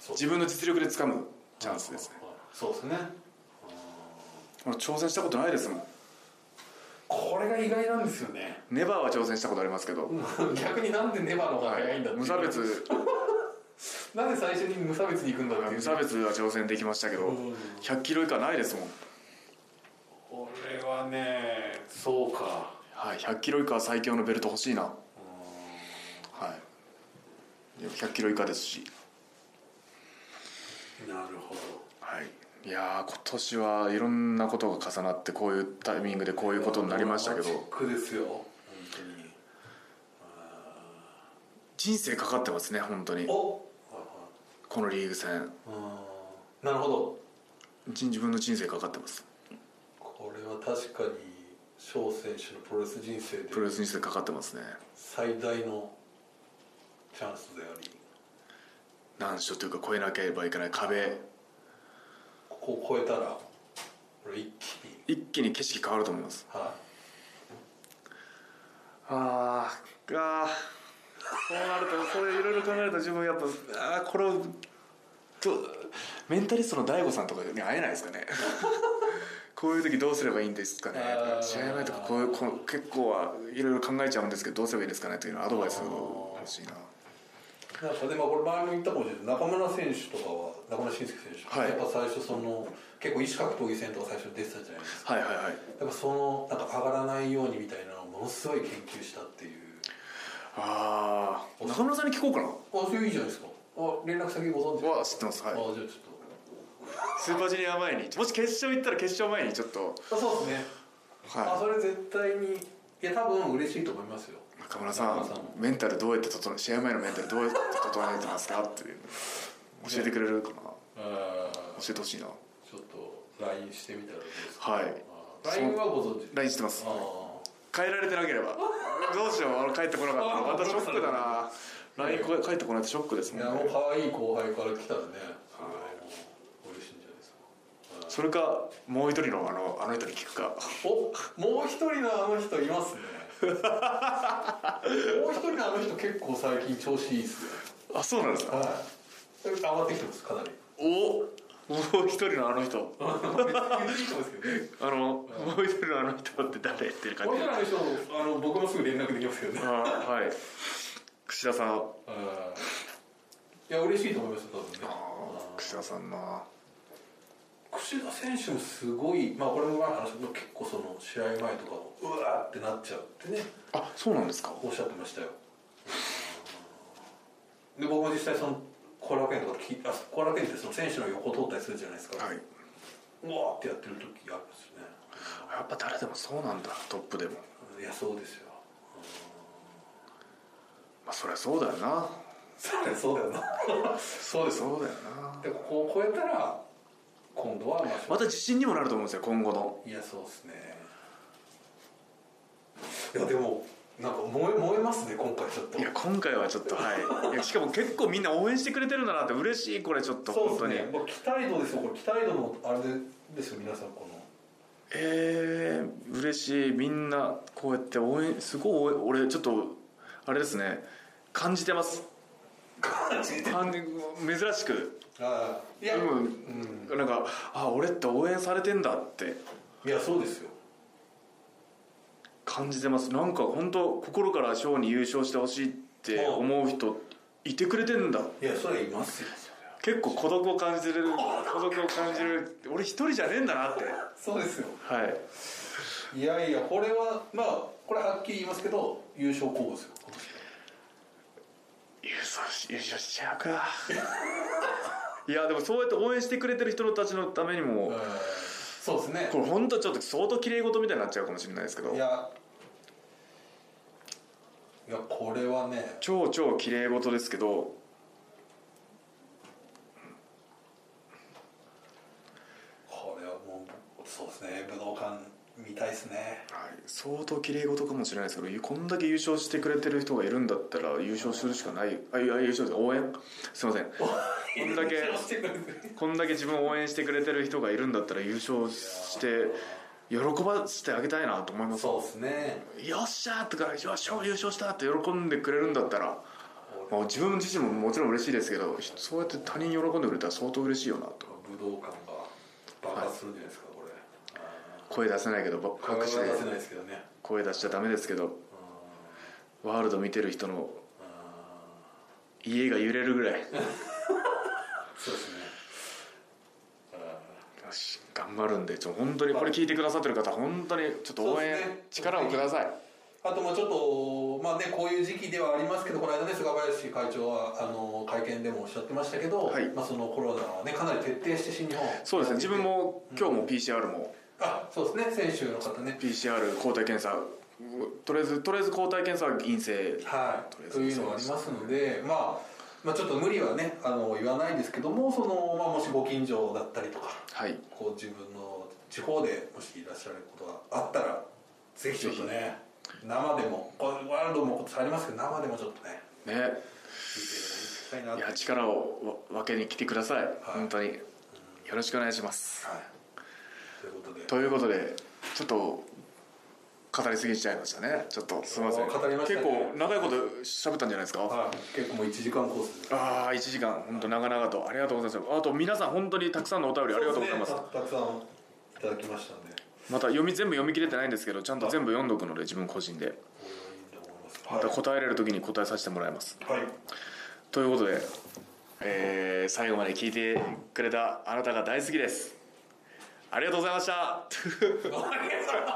Speaker 2: そう
Speaker 1: 自分の実力で掴むチャンスですね
Speaker 2: そうですね
Speaker 1: この挑戦したことないですもん
Speaker 2: これが意外なんですよね
Speaker 1: ネバーは挑戦したことありますけど
Speaker 2: 逆になんでネバの方が早いんだっていう
Speaker 1: 無差別
Speaker 2: なんで最初に無差別に行くんだっていう
Speaker 1: 無差別は挑戦できましたけ
Speaker 2: う
Speaker 1: ど
Speaker 2: ん
Speaker 1: 100キロ以下ないですもん、
Speaker 2: これはねそうか
Speaker 1: はい、100キロ以下は最強のベルト欲しいな、はい、100キロ以下ですし、
Speaker 2: なるほど
Speaker 1: はい、いやー今年はいろんなことが重なってこういうタイミングでこういうことになりましたけ
Speaker 2: ドラマ
Speaker 1: ど
Speaker 2: チックですよ本当
Speaker 1: 人生かかってますね本当に
Speaker 2: にお
Speaker 1: このリーグ戦
Speaker 2: うんなるほど
Speaker 1: じ自分の人生かかってます
Speaker 2: これは確かに翔選手のプロレス人生で
Speaker 1: プロレス人生かかってますね
Speaker 2: 最大のチャンスであり
Speaker 1: 難所というか越えなければいけない壁
Speaker 2: ここを超えたらこれ一気に
Speaker 1: 一気に景色変わると思います
Speaker 2: は
Speaker 1: あーあーそうなるとそれいろいろ考えると自分やっぱあーこれをとメンタリストの DAIGO さんとかに会えないですか ねこういう時どうすればいいんですかね
Speaker 2: あー
Speaker 1: 試合前とかこういうこう結構はいろいろ考えちゃうんですけどどうすればいいんですかねというのをアドバイスを欲しいない
Speaker 2: なんかでもこれ前も言ったかもしれない中村選手とかは中村慎介選手とか、
Speaker 1: はい
Speaker 2: やっぱ最初その結構異種格闘技戦とか最初出てたじゃないですか
Speaker 1: はいはいはい
Speaker 2: やっぱそのなんか上がらないようにみたいなのをものすごい研究したっていう
Speaker 1: ああ中村さんに聞こうか
Speaker 2: あそれいいじゃないですかあ連絡先ご存知
Speaker 1: なは知ってますはい
Speaker 2: あじゃあちょっ
Speaker 1: スーパージュニア前にもし決勝行ったら決勝前にちょっと
Speaker 2: とあそうですね、あ
Speaker 1: は
Speaker 2: それ絶対にいや多分嬉しいと思いますよ
Speaker 1: い中村さ
Speaker 2: 中村さ
Speaker 1: んメンタルどうやって整え試合前のメンタルどうやって整えてますかっていう教えてくれるかな
Speaker 2: あ
Speaker 1: 教えてほしいな
Speaker 2: ちょっと LINE してみたらどうですか
Speaker 1: はい
Speaker 2: あ LINE はご存知
Speaker 1: LINE してます
Speaker 2: ああ
Speaker 1: 変えられてなければどうしようあの帰ってこなかったまたショックだな LINE こ帰ってこないとショックです
Speaker 2: い
Speaker 1: も
Speaker 2: や
Speaker 1: ん
Speaker 2: もう
Speaker 1: ね
Speaker 2: 可愛い後輩から来たらね、はい、嬉しいんじゃないですか。
Speaker 1: それかもう一人のあのあの人に聞くか
Speaker 2: おもう一人のあの人います ね。もう一人のあの人結構最近調子いいですね。
Speaker 1: あそうなんですか
Speaker 2: はい。上がってきてますかなり。
Speaker 1: おもう一人のあの人
Speaker 2: 言っていいと思うんですけ
Speaker 1: あのもう一人のあの人って誰っていう
Speaker 2: どね。も
Speaker 1: 感
Speaker 2: う一
Speaker 1: じで
Speaker 2: 人のあの人あの僕もすぐ連絡できますよね。
Speaker 1: あはい櫛田さん
Speaker 2: はいいや嬉しいと思いますよ多分ね。
Speaker 1: 櫛田さんな
Speaker 2: 櫛田選手もすごいまあこれも前の話だけど結構その試合前とかうわーってなっちゃうってね。
Speaker 1: あそうなんですか
Speaker 2: おっしゃってましたよで僕も実際その後楽園とかきあ後楽園ってその選手の横通ったりするじゃないですか、
Speaker 1: はいう
Speaker 2: わーってやってる時があるんですよ
Speaker 1: やっぱ誰でもそうなんだトップでも
Speaker 2: ねいやそうですよ
Speaker 1: まあそりゃそうだよな
Speaker 2: そりゃそうだよなそうです
Speaker 1: そうだよな
Speaker 2: でここを超えたら今度はまあ
Speaker 1: また自信にもなると思うんですよ今後の
Speaker 2: いやそうですねいやでもなんか燃え燃えますね今回ちょっと
Speaker 1: いや今回はちょっとはいいやしかも結構みんな応援してくれてるんだなって嬉しいこれちょっと
Speaker 2: そう
Speaker 1: 本
Speaker 2: です
Speaker 1: 当に、
Speaker 2: ねもう期待度ですよこれ期待度のあれですよ皆さんこの
Speaker 1: ええー、嬉しいみんなこうやって応援すごい応援俺ちょっとあれですね感じてます
Speaker 2: 感じ
Speaker 1: 感じ珍しく
Speaker 2: ああいや、
Speaker 1: でも、
Speaker 2: うん
Speaker 1: なんかあ俺って応援されてんだって
Speaker 2: いやそうですよ
Speaker 1: 感じてますなんか本当心から賞に優勝してほしいって思う人いてくれてんだ
Speaker 2: いやそれいますよ
Speaker 1: 結構孤独を感じてる孤独を感じる俺一人じゃねえんだなって
Speaker 2: そうですよ
Speaker 1: はい
Speaker 2: いやいやこれはまあこれはっきり言いますけど優勝候補ですよ今年
Speaker 1: 優勝し優勝しちゃうかいやでもそうやって応援してくれてる人たちのためにも、
Speaker 2: うんそうですね
Speaker 1: これ本当ちょっと相当綺麗事みたいになっちゃうかもしれないですけど
Speaker 2: いやいやこれはね
Speaker 1: 超超綺麗事ですけど
Speaker 2: これはもうそうですね武道館見たいですね
Speaker 1: はい相当綺麗事かもしれないですけどこんだけ優勝してくれてる人がいるんだったら優勝するしかないあいや優勝です応援すいませんこんだけ
Speaker 2: 優勝してくれて
Speaker 1: こんだけ自分を応援してくれてる人がいるんだったら優勝して喜ばせてあげたいなと思いま す
Speaker 2: そうですね
Speaker 1: よっしゃーとかよっしゃー優勝したって喜んでくれるんだったら、まあ、自分自身ももちろん嬉しいですけどそうやって他人喜んでくれたら相当嬉しいよなと
Speaker 2: 武道館が爆発するんじゃないですかこれ
Speaker 1: 声出せないけどば
Speaker 2: は
Speaker 1: 拍手で
Speaker 2: 出せないですけどね
Speaker 1: 声出しちゃダメですけどワールド見てる人の家が揺れるぐらいよ
Speaker 2: そうですね
Speaker 1: し頑張るんでちょ本当にこれ聞いてくださってる方本当にちょっと応援、
Speaker 2: そうですね
Speaker 1: 力をください
Speaker 2: あともうちょっと、まあね、こういう時期ではありますけど、この間ね、菅林会長はあの会見でもおっしゃってましたけど、
Speaker 1: はい
Speaker 2: まあ、そのコロナはね、かなり徹底して新日本、
Speaker 1: そうですね自分、も今日も PCR も
Speaker 2: あそうですね、選手の方ね、
Speaker 1: PCR 抗体検査とりあえずとりあえず抗体検査は陰性
Speaker 2: はい、
Speaker 1: と
Speaker 2: と
Speaker 1: りあえ
Speaker 2: い
Speaker 1: ず
Speaker 2: うのがありますので、まあ、まあ、ちょっと無理はね、あの言わないですけども、そのまあ、もしご近所だったりとか、
Speaker 1: はい
Speaker 2: こう自分の地方でもしいらっしゃることがあったら、ぜひちょっとね、生でも、これワールドも今年ありますけど、生でもちょっとね、見て
Speaker 1: ね
Speaker 2: いただきたいなと
Speaker 1: いや力をわ分けに来てください、本当によろしくお願いします
Speaker 2: はい。ということで。
Speaker 1: ということでちょっと語りすぎちゃいましたねちょっとすみません
Speaker 2: おー語りましたね
Speaker 1: 結構長いこと喋ったんじゃないですか、
Speaker 2: はい。結構もう一時間コースで。
Speaker 1: ああ1時間本当長々とありがとうございますあと皆さん本当にたくさんのお便りありがとうございます
Speaker 2: そうでねたたくさんいただきましたんで。
Speaker 1: また読み全部読み切れてないんですけどちゃんと全部読んどくので自分個人で
Speaker 2: これはいいと思います。
Speaker 1: また答えれる時に答えさせてもらいます
Speaker 2: はい。はい。
Speaker 1: ということで、えー最後まで聞いてくれたあなたが大好きですありがとうございました
Speaker 2: すごいいきなり終わ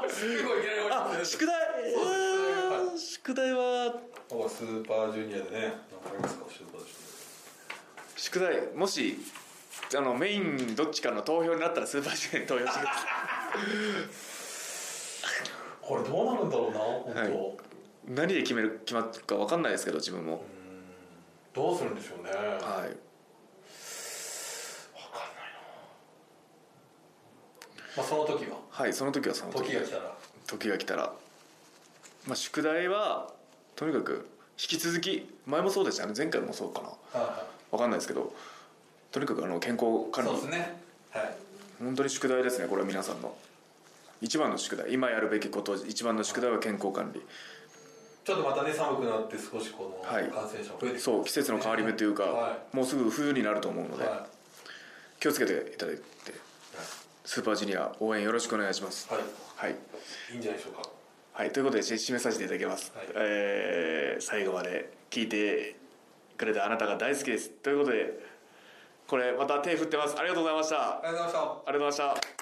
Speaker 2: りましたね
Speaker 1: 宿題うーん宿題は
Speaker 2: 僕はスーパージュニアでね、わかりますか、スーパージ
Speaker 1: 宿題もしあのメインどっちかの投票になったらスーパージュニアに投票して ください
Speaker 2: ュニア。これどうなるんだろうな、本当。
Speaker 1: はい何で決める決まるか分かんないですけど自分も、
Speaker 2: どうするんでしょうね。わかんない
Speaker 1: はい
Speaker 2: な。まあ、その時は
Speaker 1: はいその時はその時
Speaker 2: 時が来たら
Speaker 1: 時が来たら、まあ、宿題はとにかく引き続き前もそうでしたね前回もそうかな
Speaker 2: は
Speaker 1: わかんないですけどとにかくあの健康
Speaker 2: いはい
Speaker 1: 管理
Speaker 2: そうですねはい
Speaker 1: 本当に宿題ですねこれは皆さんの一番の宿題今やるべきこと一番の宿題は健康管理
Speaker 2: ちょっとまたね寒くなって少しこの
Speaker 1: はい
Speaker 2: 感染者増えてきて
Speaker 1: そう季節の変わり目というか、
Speaker 2: は
Speaker 1: もうすぐ冬になると思うの
Speaker 2: い
Speaker 1: で、
Speaker 2: はい
Speaker 1: 気をつけていただいてスーパージュニア応援よろしくお願いします
Speaker 2: は
Speaker 1: はい
Speaker 2: いいいんじゃないでしょうか
Speaker 1: はい、ということでし締めさせていただきます、
Speaker 2: はい
Speaker 1: えー最後まで聞いてくれたあなたが大好きですということでこれまた手振ってますありがとうございましたあり
Speaker 2: ありがとうございました
Speaker 1: がとうございました